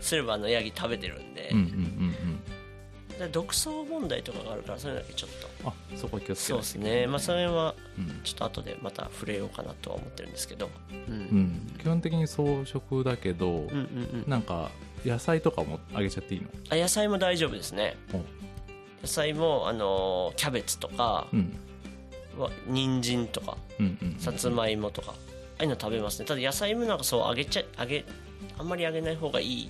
Speaker 2: すればあのヤギ食べてるんで、
Speaker 1: うんうんうん
Speaker 2: で独走問題とかがあるからそれだけちょっ
Speaker 1: う
Speaker 2: と
Speaker 1: んあそこは気をつけ
Speaker 2: そう
Speaker 1: ないといけない
Speaker 2: ですねまあそれは
Speaker 1: うん
Speaker 2: ちょっと後でまた触れようかなとは思ってるんですけど、うん
Speaker 1: うん基本的に草食だけど
Speaker 2: うんうんうん
Speaker 1: なんか野菜とかもあげちゃっていいの
Speaker 2: あ野菜も大丈夫ですね
Speaker 1: お
Speaker 2: 野菜も、あのーキャベツとか
Speaker 1: うん
Speaker 2: は人参とか
Speaker 1: うんうん
Speaker 2: さつまいもとかああいうの食べますねただ野菜もなんかそう揚げちゃ揚げあんまり揚げない方がいい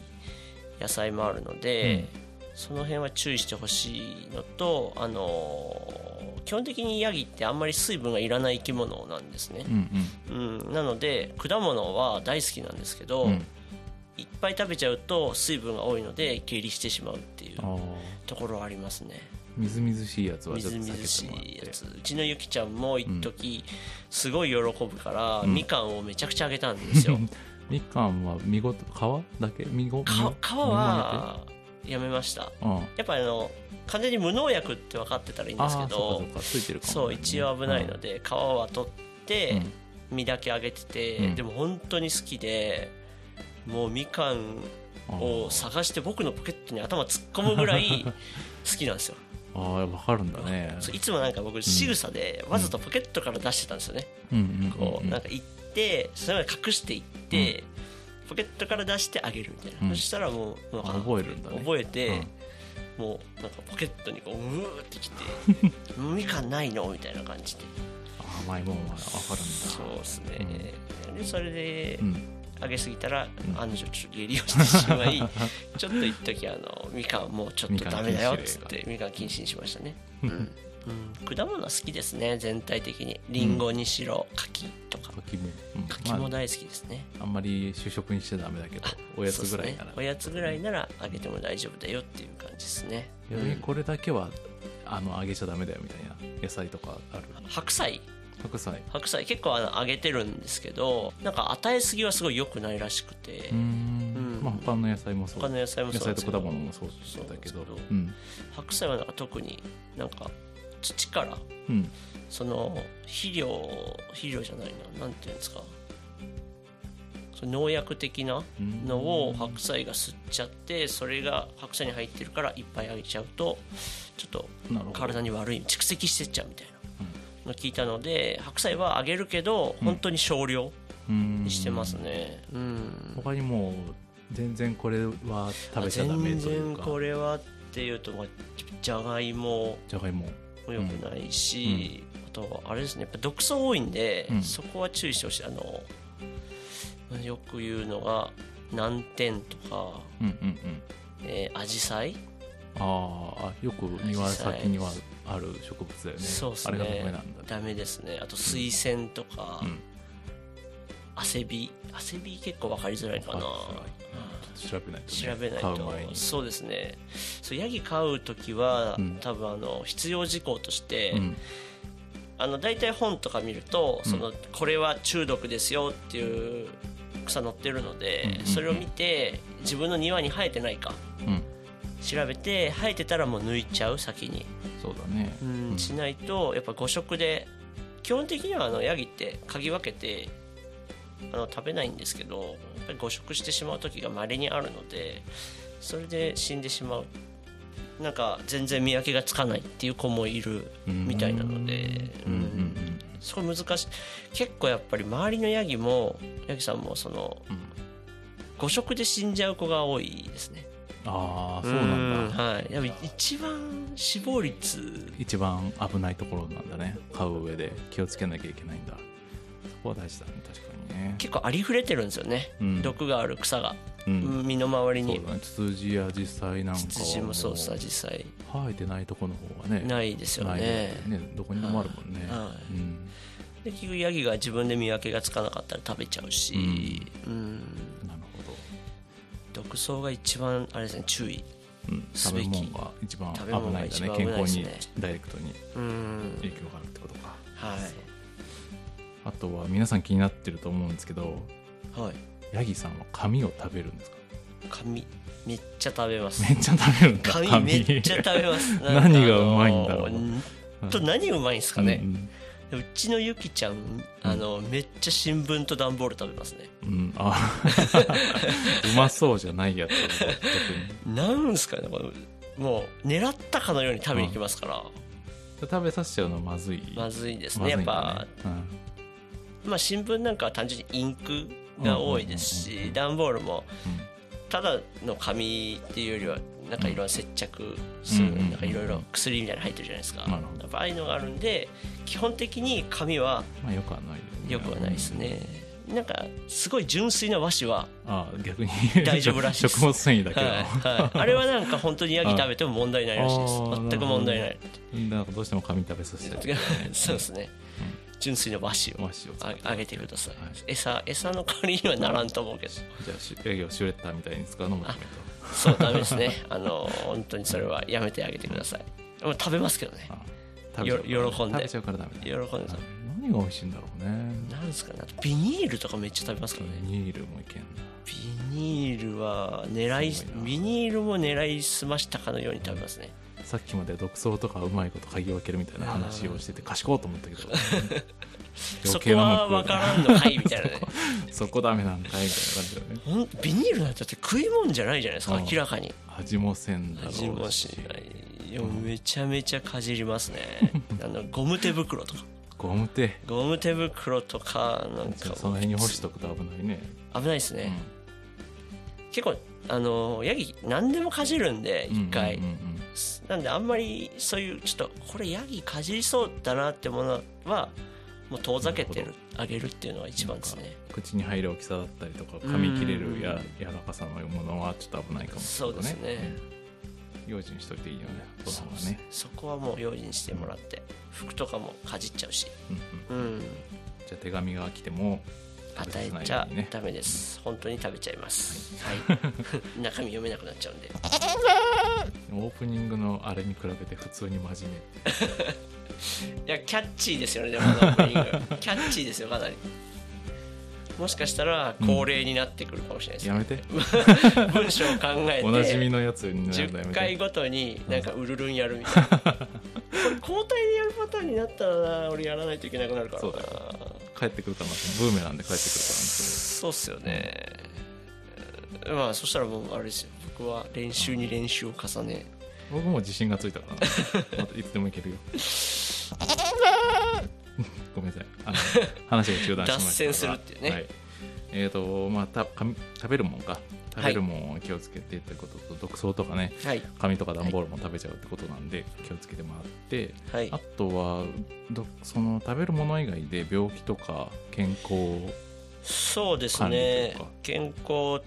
Speaker 2: 野菜もあるので、その辺は注意してほしいのとあのー基本的にヤギってあんまり水分がいらない生き物なんですね
Speaker 1: う、ん
Speaker 2: うん、なので果物は大好きなんですけど、
Speaker 1: うんうん
Speaker 2: いっぱい食べちゃうと水分が多いので下痢してしまうっていう
Speaker 1: あー
Speaker 2: ところはありますね
Speaker 1: みずみずしいやつは
Speaker 2: み
Speaker 1: ちょっ
Speaker 2: ず
Speaker 1: と
Speaker 2: みずし
Speaker 1: 避けてもらっ
Speaker 2: い
Speaker 1: て
Speaker 2: やつうちのゆきちゃんも一時すごい喜ぶから、みかんをめちゃくちゃあげたんで
Speaker 1: (laughs)
Speaker 2: すよ
Speaker 1: みかんは見事皮だけ見ご
Speaker 2: か皮はやめました
Speaker 1: 見ごうん
Speaker 2: やっぱあの完全に無農薬って分かってたらいいん
Speaker 1: ああ
Speaker 2: ですけ
Speaker 1: ーそ
Speaker 2: ど
Speaker 1: うかそうかついてるかも
Speaker 2: そう一応危ないの
Speaker 1: で
Speaker 2: で皮は取って身だけあげてて、
Speaker 1: うん
Speaker 2: でも本当に好きでもうみかんを探して僕のポケットに頭突っ込むぐ
Speaker 1: (laughs)
Speaker 2: らい好きなんですよ
Speaker 1: ああ分かるんだね
Speaker 2: そういつもなんか僕仕草でわざとポケットから出してたんですよね、
Speaker 1: うんうん
Speaker 2: こう
Speaker 1: うん
Speaker 2: なんか行ってそれまで隠していって、ポケットから出してあげるみたいな、
Speaker 1: うん
Speaker 2: そしたらもうなんか
Speaker 1: あ覚えるんだね
Speaker 2: 覚えて、もうなんかポケットにこううーってきて
Speaker 1: (laughs)
Speaker 2: 「みかんないの?」みたいな感じで
Speaker 1: 甘いもんは分かるん
Speaker 2: そうですね、でそれで
Speaker 1: だ
Speaker 2: あげすぎたら案の定ちょっと下痢をしてしま
Speaker 1: (laughs)
Speaker 2: いちょっと一時あのみかんもうちょっとダメだよっつってみかん禁止にしましたね、うんうん果物は好きですね全体的にりんごにしろ柿とか
Speaker 1: うん柿もうん
Speaker 2: 柿も
Speaker 1: ま
Speaker 2: 大好きですね、
Speaker 1: ああんまり主食にしちゃダメだけどおやつぐらいなら
Speaker 2: そうですねおやつぐらいならあげても大丈夫だよっていう感じですね、
Speaker 1: 逆に
Speaker 2: うん
Speaker 1: これだけはあのあげちゃダメだよみたいな野菜とかある
Speaker 2: 白菜
Speaker 1: 白菜
Speaker 2: 白菜結構あのあげてるんですけどなんか与えすぎはすごい良くないらしくて、
Speaker 1: うーん
Speaker 2: うん
Speaker 1: まあ他の野菜もそう
Speaker 2: 他の野菜も
Speaker 1: 野
Speaker 2: そうなん
Speaker 1: 菜と
Speaker 2: ですけ
Speaker 1: 果
Speaker 2: ど
Speaker 1: 物もそうだけど
Speaker 2: そうなんですけど
Speaker 1: うん
Speaker 2: 白菜はなんか特になんか土から
Speaker 1: うん
Speaker 2: その肥料肥料じゃないななんていうんですかその農薬的な
Speaker 1: うん
Speaker 2: のを白菜が吸っちゃってそれが白菜に入ってるからいっぱいあげちゃうとちょっと
Speaker 1: なるほど
Speaker 2: 体に悪い蓄積してっちゃうみたいなの聞いたので白菜はあげるけど本当に少量
Speaker 1: うん
Speaker 2: にしてますねうん、
Speaker 1: 他にもう全然これは食べちゃダメとい
Speaker 2: 全然
Speaker 1: うか
Speaker 2: これはっていうとまあじゃがいも
Speaker 1: じゃがいも
Speaker 2: も良くないし、あとはあれですねやっぱ毒素多いんで、
Speaker 1: うん
Speaker 2: そこは注意してほしいあのよく言うのが南天とか、
Speaker 1: うんうんうん
Speaker 2: えー、アジサイ
Speaker 1: ああよく庭先にはある植物だよね
Speaker 2: そうです
Speaker 1: あれがダメ
Speaker 2: ね
Speaker 1: なんだ
Speaker 2: ダメですねあと水仙とか、
Speaker 1: うん
Speaker 2: 汗び汗び結構分かりづらいかな
Speaker 1: わかりづらい調べないとね
Speaker 2: 調べない
Speaker 1: 買う前
Speaker 2: と
Speaker 1: に
Speaker 2: そうですねそうヤギ飼う時は、
Speaker 1: うん
Speaker 2: 多分あの必要事項として、
Speaker 1: うん
Speaker 2: あの大体本とか見ると、
Speaker 1: うん
Speaker 2: そのこれは中毒ですよっていう草載ってるので、
Speaker 1: うんうんうん
Speaker 2: それを見て自分の庭に生えてないか
Speaker 1: うん
Speaker 2: 調べて生えてたらもう抜いちゃう先に、
Speaker 1: そうだね。
Speaker 2: うん、しないとやっぱ誤食で基本的にはあのヤギって嗅ぎ分けてあの食べないんですけどやっぱり誤食してしまう時がまれにあるのでそれで死んでしまうなんか全然見分けがつかないっていう子もいるみたいなので
Speaker 1: うんうんう
Speaker 2: うん
Speaker 1: ん。
Speaker 2: すごい難しい結構やっぱり周りのヤギもヤギさんもその
Speaker 1: うん
Speaker 2: 誤食で死んじゃう子が多いですね
Speaker 1: ああ、そうなんだ。
Speaker 2: だはいやっぱ一番死亡率
Speaker 1: 一番危ないところなんだね。買う上で気をつけなきゃいけないんだ。そこは大事だね、確かにね。
Speaker 2: 結構ありふれてるんですよね、
Speaker 1: うん
Speaker 2: 毒がある草が、
Speaker 1: うん。
Speaker 2: 身の回り
Speaker 1: そ
Speaker 2: に
Speaker 1: うだね。ツツジや実際なんかは
Speaker 2: ツツジもそうさ実際
Speaker 1: 生えてないとこの方がね。
Speaker 2: ないですよ
Speaker 1: ない
Speaker 2: ね
Speaker 1: ねどこにでもあるもんね。
Speaker 2: は
Speaker 1: うん。
Speaker 2: で結局ヤギが自分で見分けがつかなかったら食べちゃうし、うん
Speaker 1: なるほど。
Speaker 2: 毒草が一番あれですね注意
Speaker 1: うん、
Speaker 2: す
Speaker 1: 食
Speaker 2: べ
Speaker 1: べ
Speaker 2: き
Speaker 1: 物が一番危
Speaker 2: 食べ物
Speaker 1: な
Speaker 2: が
Speaker 1: いんだ
Speaker 2: 一
Speaker 1: ね
Speaker 2: 番危
Speaker 1: 健
Speaker 2: ないで
Speaker 1: 康
Speaker 2: す
Speaker 1: に
Speaker 2: ね
Speaker 1: ダイレクトに
Speaker 2: うん
Speaker 1: 影響があるってことか
Speaker 2: は
Speaker 1: あとは皆さん気になってると思うんですけど
Speaker 2: いはい
Speaker 1: ヤギさんは紙を食べるんですか
Speaker 2: 髪めっちゃ食べます
Speaker 1: めっちゃ食べるんだ
Speaker 2: 髪めっちゃ食
Speaker 1: (laughs)
Speaker 2: べますなんか
Speaker 1: 何がうまいんだろう
Speaker 2: あのーんと何うまいんですかね
Speaker 1: う、ん
Speaker 2: うちのゆきちゃんあのめっちゃ新聞と段ボール食べますね
Speaker 1: うん、うんあ (laughs) うまそうじゃないやつ特に
Speaker 2: なんすかねこれもう狙ったかのように食べに行きますから、
Speaker 1: 食べさせちゃうのはまずい
Speaker 2: まずいですね
Speaker 1: まず
Speaker 2: やっ
Speaker 1: いんだ
Speaker 2: ぱ
Speaker 1: ね、うん
Speaker 2: まあ、新聞なんかは単純にインクが多いです
Speaker 1: うんうんうんう
Speaker 2: し
Speaker 1: ん
Speaker 2: 段ボールも
Speaker 1: うん
Speaker 2: ただの紙っていうよりはなんかいろいろ接着する
Speaker 1: うんうんうんうん
Speaker 2: なんかいろいろ薬みたいなの入ってるじゃないですか
Speaker 1: なるほど
Speaker 2: やっぱああいうのがあるんで基本的に紙は
Speaker 1: まあよくはないよね
Speaker 2: 良くはないですねなんかすごい純粋な和紙は
Speaker 1: あ逆に
Speaker 2: 大丈夫らしいです
Speaker 1: 食物繊維だけ
Speaker 2: は
Speaker 1: ど、
Speaker 2: い、はい、あれはなんか本当にヤギ食べても問題ないらしいです
Speaker 1: (laughs) あー
Speaker 2: 全く問題ない
Speaker 1: なんかどうしても紙食べさせちゃう
Speaker 2: (laughs) そうですね純粋な和紙を
Speaker 1: 和紙を使
Speaker 2: あ
Speaker 1: って
Speaker 2: あげてください
Speaker 1: はい
Speaker 2: 餌餌の代わりにはならんと思うけど
Speaker 1: じゃあしヤギをシュレッダーみたいに使うのもダメと
Speaker 2: そうダメですね (laughs) あの本当にそれはやめてあげてくださいもう食べますけどね
Speaker 1: あ食べちゃうから
Speaker 2: よ喜んで
Speaker 1: 食べちゃうからダメ
Speaker 2: 喜ん
Speaker 1: だ
Speaker 2: でさ
Speaker 1: 何が美味しいんだろうね
Speaker 2: なんですかねあとビニールとかめっちゃ食べますからね
Speaker 1: ビニールもいけんな
Speaker 2: ビニールは狙
Speaker 1: すごいない
Speaker 2: ビニールも狙いすましたかのように食べますね
Speaker 1: さっきまで独走とかうまいこと嗅ぎ分けるみたいな話をしてて賢いと思
Speaker 2: (laughs)
Speaker 1: ったけど
Speaker 2: そこは分からんのかいみたいなね
Speaker 1: そこダメなんかいみたいな感じだよね
Speaker 2: ほんビニールなんてだって食い物じゃないじゃないですか
Speaker 1: うん
Speaker 2: 明らかに
Speaker 1: 味もせんだろう
Speaker 2: 味もしないいやめちゃめちゃかじりま
Speaker 1: (laughs)
Speaker 2: すねあのゴム手袋とか
Speaker 1: ゴム手
Speaker 2: ゴム手袋とかなん
Speaker 1: そ
Speaker 2: か
Speaker 1: の辺に干しとくと危ないね、
Speaker 2: 危ないですね、結構あのヤギ何でもかじるんで
Speaker 1: うん
Speaker 2: 一回、
Speaker 1: うんうんうんうん
Speaker 2: なんであんまりそういうちょっとこれヤギかじりそうだなってものはもう遠ざけて
Speaker 1: な
Speaker 2: るあげるっていうのが一番ですね
Speaker 1: 口に入る大きさだったりとか噛み切れるや柔らかさのものはちょっと危ないかもしれ
Speaker 2: そ
Speaker 1: な
Speaker 2: う
Speaker 1: い、
Speaker 2: ですね
Speaker 1: 用心しといていいよねご
Speaker 2: そ
Speaker 1: 飯
Speaker 2: う
Speaker 1: は
Speaker 2: です
Speaker 1: ね
Speaker 2: ねそこはもう用心してもらって服とかもかじっちゃうし
Speaker 1: うんうん
Speaker 2: うん
Speaker 1: じゃあ手紙が来ても
Speaker 2: 与えちゃダメです本当に食べちゃいますはい (laughs) 中身読めなくなっちゃうんで
Speaker 1: オープニングのあれに比べて普通に真面
Speaker 2: いやキャッチーですよねでもあのオープニングキャッチーですよかなりもしかしたら恒例になってくるかもしれない
Speaker 1: 目
Speaker 2: です
Speaker 1: や
Speaker 2: ね、
Speaker 1: めて
Speaker 2: 文章を考えて
Speaker 1: おなじみのやつになるのや
Speaker 2: 10
Speaker 1: め
Speaker 2: 回
Speaker 1: て
Speaker 2: ごとになんかうるるんやるみ
Speaker 1: (laughs)
Speaker 2: たいなこれ交代でやるパターンになったらな俺やらないといけなくなるから
Speaker 1: そ
Speaker 2: な
Speaker 1: うだよ帰ってくるかなブーメランで帰ってくるか
Speaker 2: そうっすよねうんまあそしたらもうあれですよ僕は練習に練習を重ね
Speaker 1: な僕も自信がついたからなまたいつでもいけるよ (laughs) ごめんなさいあの話が中断しましたが
Speaker 2: 脱線するっていうね
Speaker 1: はいえーとまあ、たかみ食べるもんか食べるもんを気をつけてということと、毒草とかね
Speaker 2: はい
Speaker 1: 紙とか段ボールも食べちゃうってことなんで気をつけてもらって、
Speaker 2: はい
Speaker 1: あとはどその食べるもの以外で病気とか健康
Speaker 2: そうですね健康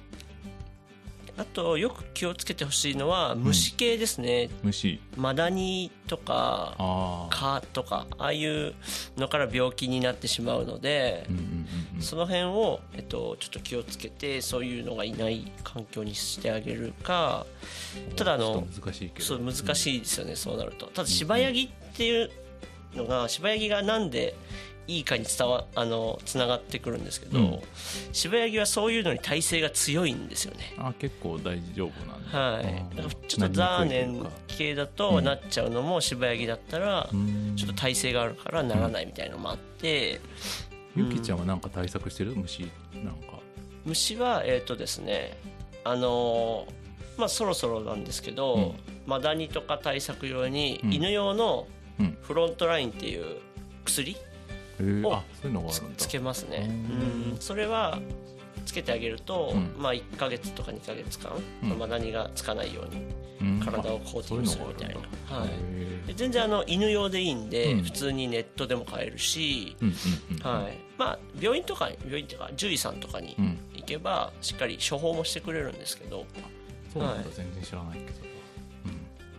Speaker 2: あとよく気をつけてほしいのは虫系ですね、
Speaker 1: 虫
Speaker 2: マダニとか
Speaker 1: ああ
Speaker 2: 蚊とかああいうのから病気になってしまうので、
Speaker 1: うんうんうんうん
Speaker 2: その辺を、えっと、ちょっと気をつけてそういうのがいない環境にしてあげるかただあ
Speaker 1: ちょ
Speaker 2: の
Speaker 1: っと難しいけど
Speaker 2: そう難しいですよね、そうなるとただ芝ヤギっていうのが芝ヤギがなんでいいかに伝わあのつながってくるんですけど、
Speaker 1: うん
Speaker 2: 渋谷木はそういうのに耐性が強いんですよね。
Speaker 1: あ結構大丈夫なんだ
Speaker 2: はい、だ
Speaker 1: あ
Speaker 2: から
Speaker 1: ー
Speaker 2: ちょっとザーネン
Speaker 1: なりにくい
Speaker 2: 系だとなっちゃうのも渋谷木だったら
Speaker 1: というか
Speaker 2: ちょっと耐性があるからならないみたいなのもあって
Speaker 1: うんゆきちゃんはなんか対策してる虫なんか
Speaker 2: 虫はえっ、とですねあのーまあそろそろなんですけど、
Speaker 1: うん
Speaker 2: マダニとか対策用に
Speaker 1: うん
Speaker 2: 犬用の
Speaker 1: うん
Speaker 2: フロントラインっていう薬
Speaker 1: へー
Speaker 2: お
Speaker 1: あそういうのがあ
Speaker 2: つ
Speaker 1: るんだ
Speaker 2: つけますね
Speaker 1: うん
Speaker 2: うんそれはつけてあげると、
Speaker 1: うん
Speaker 2: まあ1ヶ月とか2ヶ月間、
Speaker 1: うん
Speaker 2: マダニがつかないよう
Speaker 1: う
Speaker 2: に
Speaker 1: ん
Speaker 2: 体を
Speaker 1: あ
Speaker 2: コーテ
Speaker 1: そ
Speaker 2: ィ
Speaker 1: ういう
Speaker 2: ング
Speaker 1: の
Speaker 2: す
Speaker 1: が
Speaker 2: る
Speaker 1: あるん
Speaker 2: み
Speaker 1: だ
Speaker 2: たいなはい
Speaker 1: へー
Speaker 2: で全然あの犬用でいいんで、
Speaker 1: うん
Speaker 2: 普通にネットでも買えるし、
Speaker 1: うんうんうん
Speaker 2: はいまあ、病院とか病院とか獣医さんとかに
Speaker 1: うん
Speaker 2: 行けばしっかり処方もしてくれるんですけど、
Speaker 1: そうなんだ
Speaker 2: はい
Speaker 1: 全然知らないけど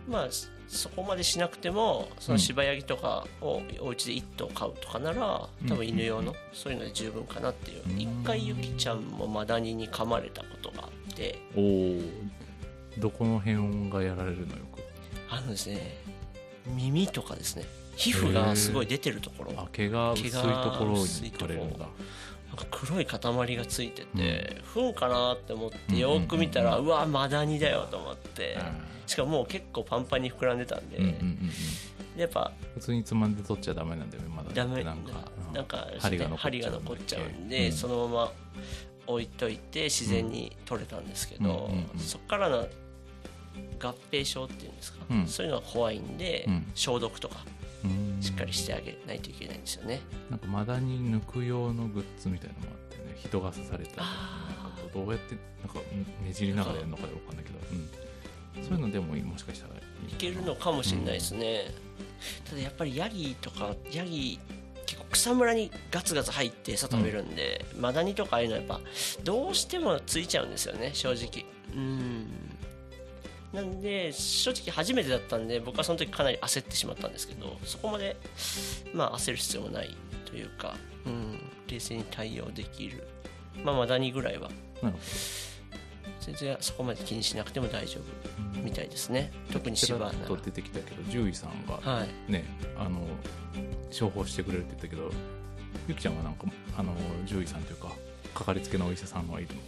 Speaker 2: まあ、そそこまでしなくてもその芝ヤギとかをお家で1頭買うとかなら
Speaker 1: うん
Speaker 2: 多分犬用のそういうので十分かなっていう
Speaker 1: うん
Speaker 2: 一回ゆきちゃんもマダニに噛まれたことがあって
Speaker 1: おおどこの辺がやられるのよく
Speaker 2: あのですね耳とかですね皮膚がすごい出てるところなん
Speaker 1: あ毛が薄いところに行かれるん
Speaker 2: 毛
Speaker 1: だ
Speaker 2: がか黒い塊がついてて糞かなって思ってよく見たらうわマダニだよと思ってしかももう結構パンパンに膨らんでたんで
Speaker 1: うんうんうんうん
Speaker 2: やっぱ
Speaker 1: 普通につまんで取っちゃダメなんだよねまだ
Speaker 2: ダメ
Speaker 1: な
Speaker 2: なんん
Speaker 1: か
Speaker 2: か
Speaker 1: うん
Speaker 2: なんか
Speaker 1: 針が残っちゃうんだっけ
Speaker 2: 針が残っちゃうんで、
Speaker 1: うん
Speaker 2: そのまま置いといて自然に取れたんですけど、
Speaker 1: うんうんうん
Speaker 2: そっからの合併症っていうんですか、
Speaker 1: うん
Speaker 2: そういうのが怖いんで、
Speaker 1: うん
Speaker 2: 消毒とか
Speaker 1: うん
Speaker 2: しっかりしてあげないといけないんですよね。
Speaker 1: なんかマダニ抜く用のグッズみたいなのもあってね人が刺されたりとかなん
Speaker 2: あ
Speaker 1: かこうどうやってなんかねじりながらやるのかよくわかんないけど、うん、そういうのでももしかしたらいい
Speaker 2: いけるのかもしれないですね。ただやっぱりヤギとかヤギ結構草むらにガツガツ入って餌食べるんで、マダニとかああいうのはやっぱどうしてもついちゃうんですよね正直うんなんで正直初めてだったんで僕はその時かなり焦ってしまったんですけどそこまでまあ焦る必要もないというか、うん、冷静に対応できるまあマダニぐらいは
Speaker 1: なるほ
Speaker 2: 全然そこまで気にしなくても大丈
Speaker 1: ど
Speaker 2: 夫みたいですね特に芝
Speaker 1: ちら
Speaker 2: な
Speaker 1: っ
Speaker 2: ら
Speaker 1: と出てきたけど獣医さんが
Speaker 2: はい
Speaker 1: ねあの処方してくれるって言ったけどゆきちゃんはなんかあの獣医さんというかかかりつけのお医者さんはいるの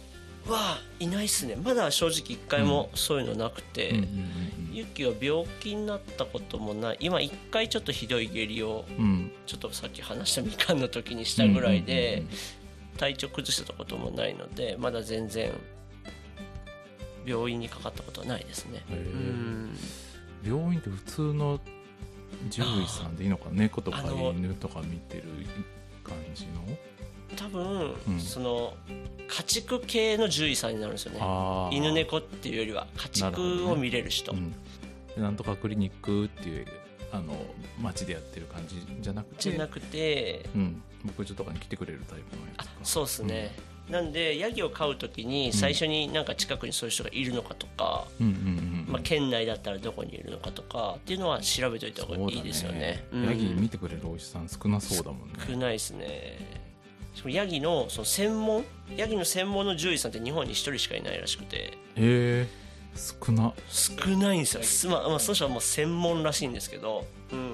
Speaker 2: はいないっすねまだ正直一回もそういうのなくて、
Speaker 1: うん
Speaker 2: ユキは病気になったこともない今一回ちょっとひどい下痢を
Speaker 1: うんうんうん
Speaker 2: ちょっとさっき話したみかんの時にしたぐらいで、
Speaker 1: うんうんうん
Speaker 2: 体調崩してたこともないのでまだ全然病院にかかったことはないですね
Speaker 1: へえ
Speaker 2: うん
Speaker 1: 病院って普通の獣医さんでいいのか猫とか
Speaker 2: あの
Speaker 1: 犬とか見てる感じの
Speaker 2: 多分、
Speaker 1: うん
Speaker 2: その家畜系の獣医さんになるんですよね
Speaker 1: あー
Speaker 2: 犬猫っていうよりは家
Speaker 1: なるほど
Speaker 2: 畜
Speaker 1: ね
Speaker 2: を見れる人
Speaker 1: うん、でなんとかクリニックっていうあの街でやってる感じじゃなくて
Speaker 2: じゃなくて、
Speaker 1: うん、牧場とかに来てくれるタイプのやつ
Speaker 2: あ
Speaker 1: か
Speaker 2: そうですね、なんでヤギを飼う時に最初になんか近くにそういう人がいるのかとか、
Speaker 1: うんうんうん、
Speaker 2: まあ、県内だったらどこにいるのかとかっていうのは調べといた
Speaker 1: そう
Speaker 2: 方
Speaker 1: だ
Speaker 2: がいいですよねうん
Speaker 1: ヤギ見てくれるお医者さん少なそうだもんね
Speaker 2: 少ないですねしかもヤギのその専門ヤギの専門の獣医さんって日本に一人しかいないらしくて
Speaker 1: えー、少な
Speaker 2: 少ないんですよすまあ、まあ、その人はもう専門らしいんですけど、うん、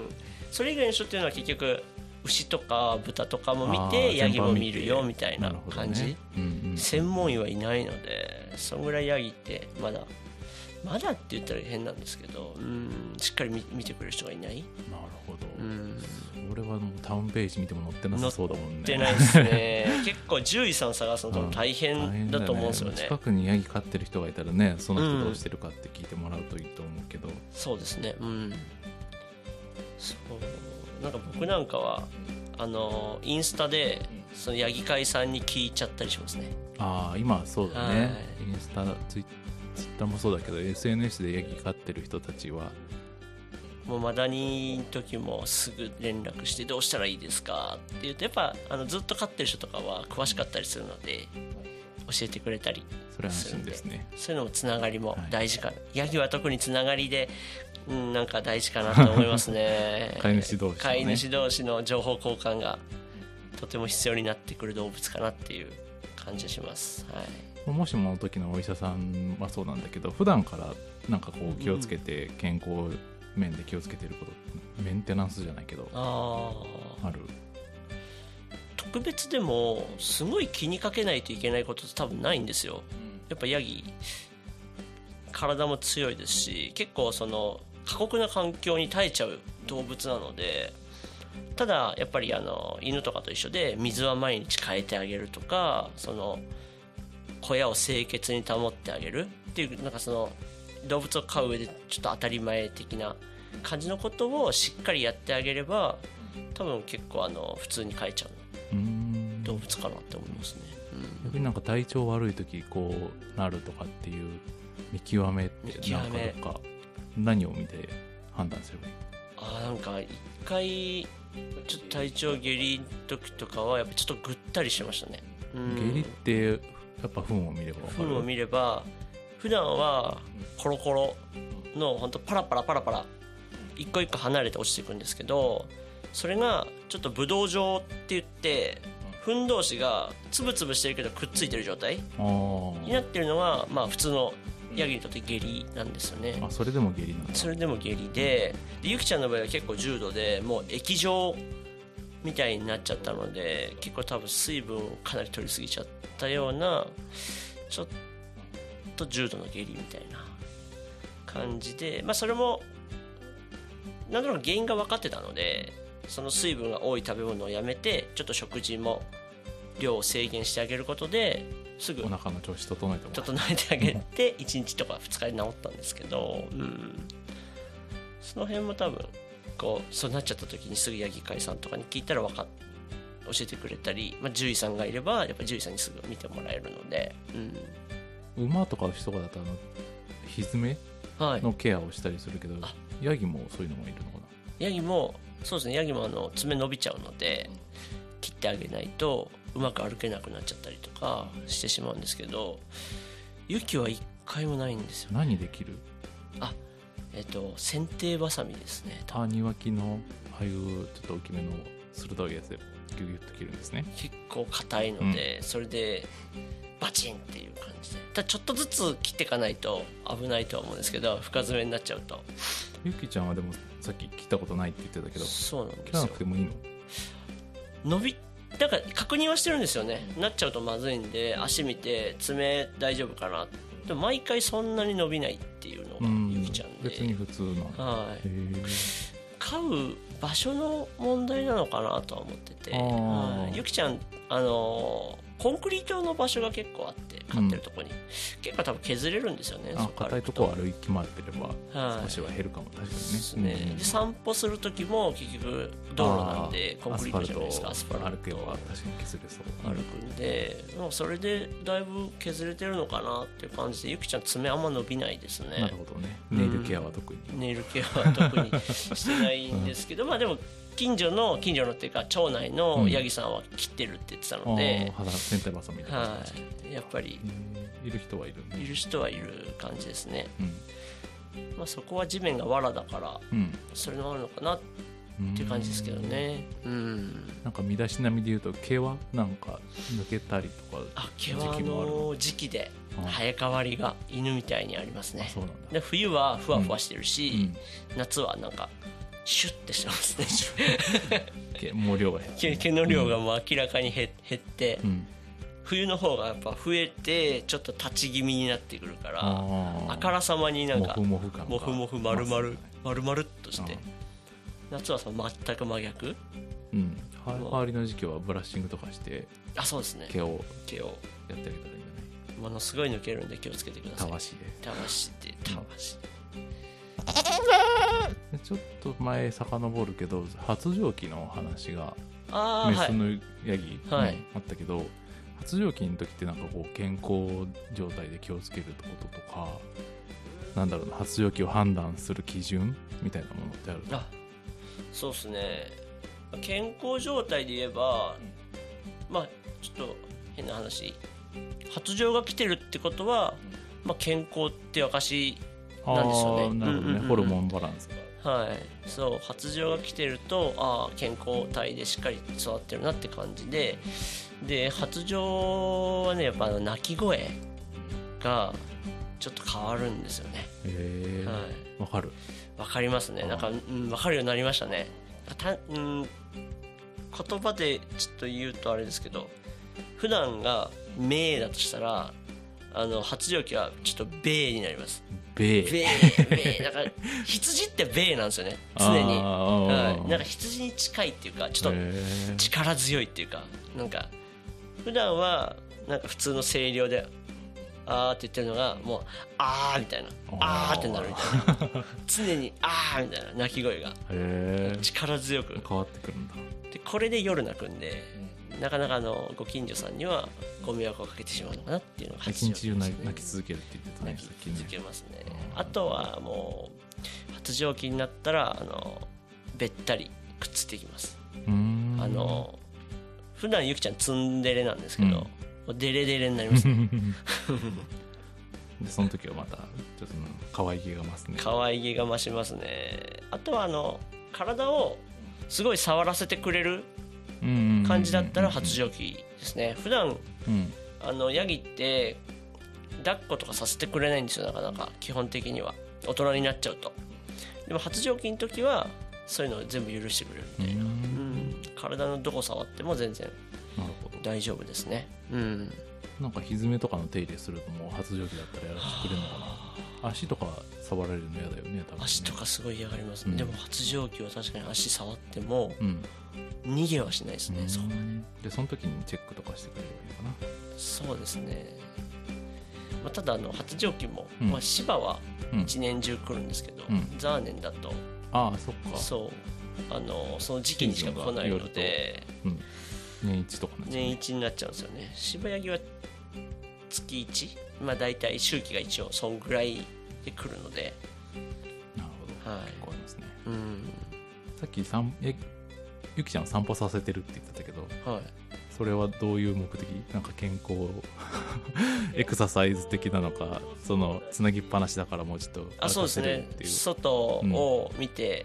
Speaker 2: それ以外の人っていうのは結局牛とか豚とかも見
Speaker 1: あー
Speaker 2: てヤギも見
Speaker 1: 全般見
Speaker 2: る
Speaker 1: て
Speaker 2: よみたい
Speaker 1: な
Speaker 2: な
Speaker 1: るほど
Speaker 2: 感じ
Speaker 1: ねうんうん、
Speaker 2: 専門医はいないのでそんぐらいヤギってまだまだって言ったら変なんですけどうんしっかり見見てくれる人がいない
Speaker 1: なるほど、
Speaker 2: うん
Speaker 1: 俺はもうタウンページ見ても載ってなさそうだもんね
Speaker 2: ってないですね (laughs) 結構獣医さん探すの多分大
Speaker 1: 大変
Speaker 2: 変
Speaker 1: だ
Speaker 2: だ
Speaker 1: よね
Speaker 2: と思うんですよね
Speaker 1: 近くにヤギ飼ってる人がいたらねその
Speaker 2: う
Speaker 1: 人
Speaker 2: ん
Speaker 1: どうしてるかって聞いてもらうといいと思うけど、
Speaker 2: そうですねうんそうなんか僕なんかはあのインスタでそのヤギ飼いさんに聞いちゃったりしますね
Speaker 1: ああ今そうだね、
Speaker 2: は
Speaker 1: インスタツイツイッターもそうだけど SNS でヤギ飼ってる人たちは
Speaker 2: もうマダニの時もすぐ連絡してどうしたらいいですかって言うとやっぱあのずっと飼ってる人とかは詳しかったりするので教えてくれたり
Speaker 1: それは安心ですね
Speaker 2: そういうのもつながりも
Speaker 1: はい
Speaker 2: 大事かな、ヤギは特につながりで、うん、なんか大事かなと思いますね
Speaker 1: (laughs) 飼い主同士のね
Speaker 2: 飼い主同士の情報交換がとても必要になってくる動物かなっていう感じがしますはい
Speaker 1: もしもの時のお医者さんはそうなんだけど普段からなんかこう気をつけて健康面で気をつけてることメンテナンスじゃないけど
Speaker 2: ああ
Speaker 1: ある
Speaker 2: 特別でもすごい気にかけないといけないことって多分ないんですよやっぱヤギ体も強いですし結構その過酷な環境に耐えちゃう動物なのでただやっぱりあの犬とかと一緒で水は毎日変えてあげるとかその小屋を清潔に保ってあげるっていうなんかその動物を飼う上でちょっと当たり前的な感じのことをしっかりやってあげれば多分結構あの普通に飼えちゃう
Speaker 1: うん
Speaker 2: 動物かなって思いますね。うん
Speaker 1: 逆になんか体調悪い時こうなるとかっていう見極めってなんかどっか何を見て判断すればいい
Speaker 2: あーなんか一回ちょっと体調下痢の時とかはやっぱちょっとぐったりしましたねうん
Speaker 1: 下痢ってやっぱ糞を見ればわかる
Speaker 2: 糞を見れば普段はコロコロの本当パラパラパラパラ一個一個離れて落ちていくんですけどそれがちょっとブドウ状って言って糞同士がつぶつぶしてるけどくっついてる状態
Speaker 1: あー
Speaker 2: になってるのがまあ普通のヤギにとって下痢なんですよね、
Speaker 1: あそれでも下痢なんだ
Speaker 2: それでも下痢ででゆきちゃんの場合は結構重度でもう液状みたいになっちゃったので結構多分水分をかなり取りすぎちゃったようなちょっと重度の下痢みたいな感じでまあそれもなんとなく原因が分かってたのでその水分が多い食べ物をやめてちょっと食事も量を制限してあげることですぐ
Speaker 1: お腹の調子整えてもらう
Speaker 2: 整えてあげて1日とか2日で治ったんですけど、うん、その辺も多分こうそうなっちゃった時にすぐ八木会さんとかに聞いたらわかっ教えてくれたり、まあ、獣医さんがいればやっぱ獣医さんにすぐ見てもらえるので、うん
Speaker 1: 馬とか牛とかだとあのひづめ
Speaker 2: はい、
Speaker 1: のケアをしたりするけど、
Speaker 2: あ
Speaker 1: ヤギもそういうのもいるのかな
Speaker 2: ヤギもそうですねヤギもあの爪伸びちゃうので切ってあげないとうまく歩けなくなっちゃったりとかしてしまうんですけどユキは一回もないんですよ
Speaker 1: 何できる
Speaker 2: えっと剪定バサミですね
Speaker 1: あー庭木のああいうちょっと大きめの鋭いやつでギュギュッと切るんですね
Speaker 2: 結構硬いので、それでバチンっていう感じでただちょっとずつ切っていかないと危ないとは思うんですけど深爪になっちゃうと
Speaker 1: ゆきちゃんはでもさっき切ったことないって言ってたけど
Speaker 2: そうなんで
Speaker 1: 切
Speaker 2: す
Speaker 1: らな
Speaker 2: よ
Speaker 1: くてもいいの
Speaker 2: 伸びだから確認はしてるんですよねなっちゃうとまずいんで足見て爪大丈夫かなでも毎回そんなに伸びないっていうのが
Speaker 1: うん
Speaker 2: ゆきちゃんで
Speaker 1: 別に普通なの
Speaker 2: はい
Speaker 1: へ
Speaker 2: 飼う場所の問題なのかなとは思ってて
Speaker 1: あー
Speaker 2: はいゆきちゃんあのーコンクリートの場所が結構あって飼ってるとこに、結構多分削れるんですよね
Speaker 1: え
Speaker 2: そ
Speaker 1: あ
Speaker 2: こ
Speaker 1: 硬
Speaker 2: 歩
Speaker 1: いと
Speaker 2: く
Speaker 1: こを歩き回ってれば
Speaker 2: はい
Speaker 1: 少しは減るかも確かにね
Speaker 2: ですね、
Speaker 1: うん
Speaker 2: で散歩する時も結局道路なんで
Speaker 1: あー
Speaker 2: コンクリートじゃないですかア
Speaker 1: ア
Speaker 2: ス
Speaker 1: ス
Speaker 2: フ
Speaker 1: フ
Speaker 2: ァ
Speaker 1: ァ
Speaker 2: ル
Speaker 1: ルト
Speaker 2: ト
Speaker 1: 歩けば確かに削れそう
Speaker 2: 歩くんで、もうそれでだいぶ削れてるのかなっていう感じでゆきちゃん爪あんま伸びないです
Speaker 1: な
Speaker 2: ね
Speaker 1: るほどねネイルケアは特に
Speaker 2: ネイルケアは特にしてないんですけど、まあでも近所の近所のっていうか町内のヤギさんは切ってるって言ってたので、
Speaker 1: 肌センターバサミで
Speaker 2: は
Speaker 1: へ
Speaker 2: いやっぱり
Speaker 1: えいる人はいる
Speaker 2: い
Speaker 1: ね
Speaker 2: る人はいる感じですね、
Speaker 1: うん
Speaker 2: まあ、そこは地面が藁だから
Speaker 1: うん
Speaker 2: それもあるのかなっ
Speaker 1: うん
Speaker 2: ていう感じですけどねうん
Speaker 1: なんか身だしなみで言うと毛はなんか抜けたりとか
Speaker 2: あ毛は
Speaker 1: 時
Speaker 2: あ
Speaker 1: 期もある
Speaker 2: の時期で
Speaker 1: うん
Speaker 2: 生え変わりが犬みたいにありますね
Speaker 1: そうなんだ
Speaker 2: で冬はふわふわしてるし、
Speaker 1: う
Speaker 2: 夏はなんかシュッてしてますね
Speaker 1: ん毛毛量が減って
Speaker 2: 毛毛の量がもう明らかに減減って、
Speaker 1: うん
Speaker 2: 冬の方がやっぱ増えてちょっと立ち気味になってくるから
Speaker 1: あ
Speaker 2: あ
Speaker 1: ー
Speaker 2: からさまになんか
Speaker 1: モフモフ感が
Speaker 2: もふもふ丸々丸々っとして、
Speaker 1: うん
Speaker 2: 夏はその全く真逆
Speaker 1: うんは周りの時期はブラッシングとかして
Speaker 2: あそうですね
Speaker 1: 毛を
Speaker 2: 毛を
Speaker 1: やってあげたらいいんじゃない
Speaker 2: ものすごい抜けるんで気をつけてくださ
Speaker 1: た
Speaker 2: い
Speaker 1: わしで
Speaker 2: たわしてたわし
Speaker 1: でちょっと前遡るけど発情期の話が
Speaker 2: ああ
Speaker 1: メ
Speaker 2: は
Speaker 1: ス
Speaker 2: い
Speaker 1: のヤギ、
Speaker 2: はい
Speaker 1: ねあったけど発情期の時ってなんかこう健康状態で気をつけることとかなんだろうな発情期を判断する基準みたいなものってある
Speaker 2: あそうですね健康状態で言えばまあちょっと変な話発情が来てるってことは、まあ、健康って証なんですよね
Speaker 1: あーなるほどね、
Speaker 2: うんうんうん
Speaker 1: ホルモンバランスが
Speaker 2: はいそう発情が来てるとああ健康体でしっかり育ってるなって感じでで発情はねやっぱあの鳴き声がちょっと変わるんですよね
Speaker 1: へえわ、
Speaker 2: は
Speaker 1: かる
Speaker 2: わかりますねなんか、うん、わかるようになりましたねた、うん、言葉でちょっと言うとあれですけど普段が「名」だとしたらあの発情期はちょっと「米」になります
Speaker 1: べ
Speaker 2: 「米」 (laughs) 米だから羊って「米」なんですよね常に、
Speaker 1: あー
Speaker 2: うん、なんか羊に近いっていうかちょっと
Speaker 1: へー
Speaker 2: 力強いっていうかなんか普段はなんか普通の声量で「あー」って言ってるのがもう「あー」みたいな「あー」ってなるみたいな常に「あー」みたいな鳴き声が
Speaker 1: へー
Speaker 2: 力強く
Speaker 1: 変わってくるんだ
Speaker 2: でこれで夜鳴くんでなかなかあのご近所さんにはご迷惑をかけてしまうのかなっていうのが
Speaker 1: 一日中泣
Speaker 2: 発情
Speaker 1: き泣き続け
Speaker 2: 期ですね
Speaker 1: るって言ってたね
Speaker 2: 泣
Speaker 1: さっ
Speaker 2: き
Speaker 1: きね
Speaker 2: 続けますねあとはもう発情期になったらあのべったりくっつっていきます
Speaker 1: うーん
Speaker 2: あの普段ゆきちゃんツンデレなんですけど、
Speaker 1: うん
Speaker 2: もうデレデレになりますね (laughs)
Speaker 1: でその時はまたちょっとなんか可愛げが増すね
Speaker 2: 可愛げが増しますねあとはあの体をすごい触らせてくれる感じだったら発情期ですね普段
Speaker 1: うん
Speaker 2: あのヤギって抱っことかさせてくれないんですよなかなか基本的には大人になっちゃうとでも発情期の時はそういうのを全部許してくれるみたいな、
Speaker 1: う
Speaker 2: うんん体のどこ触っても全然
Speaker 1: なるほど
Speaker 2: 大丈夫ですねうん
Speaker 1: なんか蹄とかの手入れするともう発情期だったらやらせてくれるのかな足とか触られるの嫌だよね多分ね
Speaker 2: 足とかすごい嫌がります、
Speaker 1: うん
Speaker 2: でも発情期は確かに足触っても
Speaker 1: うん
Speaker 2: 逃げはしないですね、そこ
Speaker 1: でその時にチェックとかしてくれればいいのかな
Speaker 2: そうですね、まあ、ただあの発情期も、
Speaker 1: うん
Speaker 2: まあ、芝は
Speaker 1: うん
Speaker 2: 一年中来るんですけど、
Speaker 1: うん
Speaker 2: ザーネンだと
Speaker 1: ああそっか
Speaker 2: そうあのその時期にしか来ないので
Speaker 1: うん年一とかの
Speaker 2: 年一になっちゃうんですよね渋谷木は月一まあ大体周期が一応そんぐらいで来るので
Speaker 1: なるほど、
Speaker 2: はい
Speaker 1: 結構ありますね
Speaker 2: うん
Speaker 1: さっきさんえゆきちゃんを散歩させてるって言ってたけど
Speaker 2: はい
Speaker 1: それはどういう目的なんか健康 (laughs) エクササイズ的なのかそのつなぎっぱなしだからもうちょっと
Speaker 2: あそうですね
Speaker 1: っていう
Speaker 2: 外を見て、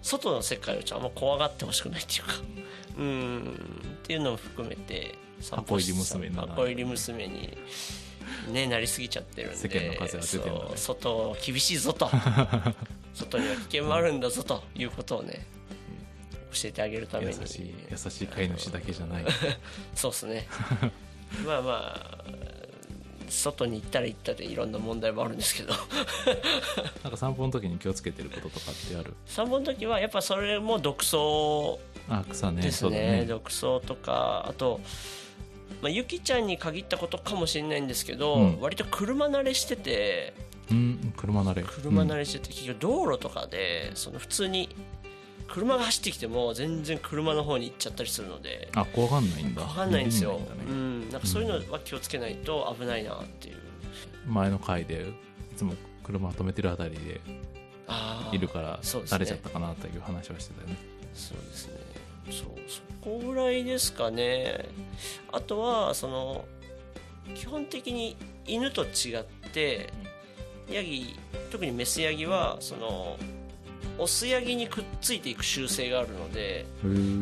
Speaker 2: 外の世界をちょっとあんま怖がってほしくないっていうか (laughs) うんっていうのも含めて散歩し
Speaker 1: 箱入り娘にならない
Speaker 2: 箱入り娘に、ね、なりすぎちゃってるんで
Speaker 1: 世間の風当ててんだね
Speaker 2: そう外厳しい
Speaker 1: (laughs)
Speaker 2: ぞと外には危険もあるんだぞということをね教えてあげるために
Speaker 1: 優しい優しい飼い主だけじゃない
Speaker 2: そうで
Speaker 1: (laughs)
Speaker 2: すねまあまあ外に行ったら行ったでいろんな問題もあるんですけど
Speaker 1: なんか散歩の時に気をつけてることとかってある
Speaker 2: 散歩の時はやっぱそれも独走
Speaker 1: あ草ね
Speaker 2: です
Speaker 1: そうだ
Speaker 2: ね
Speaker 1: ね
Speaker 2: 独走とかあと、まあ、ゆきちゃんに限ったことかもしれないんですけど、
Speaker 1: うん
Speaker 2: 割と車慣れしてて
Speaker 1: うん車慣れ
Speaker 2: 車慣
Speaker 1: れ、
Speaker 2: れしてて、結局道路とかでその普通に車が走ってきても全然車の方に行っちゃったりするので
Speaker 1: うんあ怖がんないんだ
Speaker 2: 分かんないんですよ
Speaker 1: 逃げないん
Speaker 2: う
Speaker 1: だね
Speaker 2: ん、なんかそういうのは気をつけないと危ないなっていう
Speaker 1: 前の回でいつも車止めてるあたりで
Speaker 2: あー
Speaker 1: いるから
Speaker 2: そうですね
Speaker 1: 慣れちゃったかなという話はしてたよね
Speaker 2: そうですねそうそこぐらいですかねあとはその基本的に犬と違ってヤギ特にメスヤギはそのオスヤギにくっついていく習性があるので
Speaker 1: へ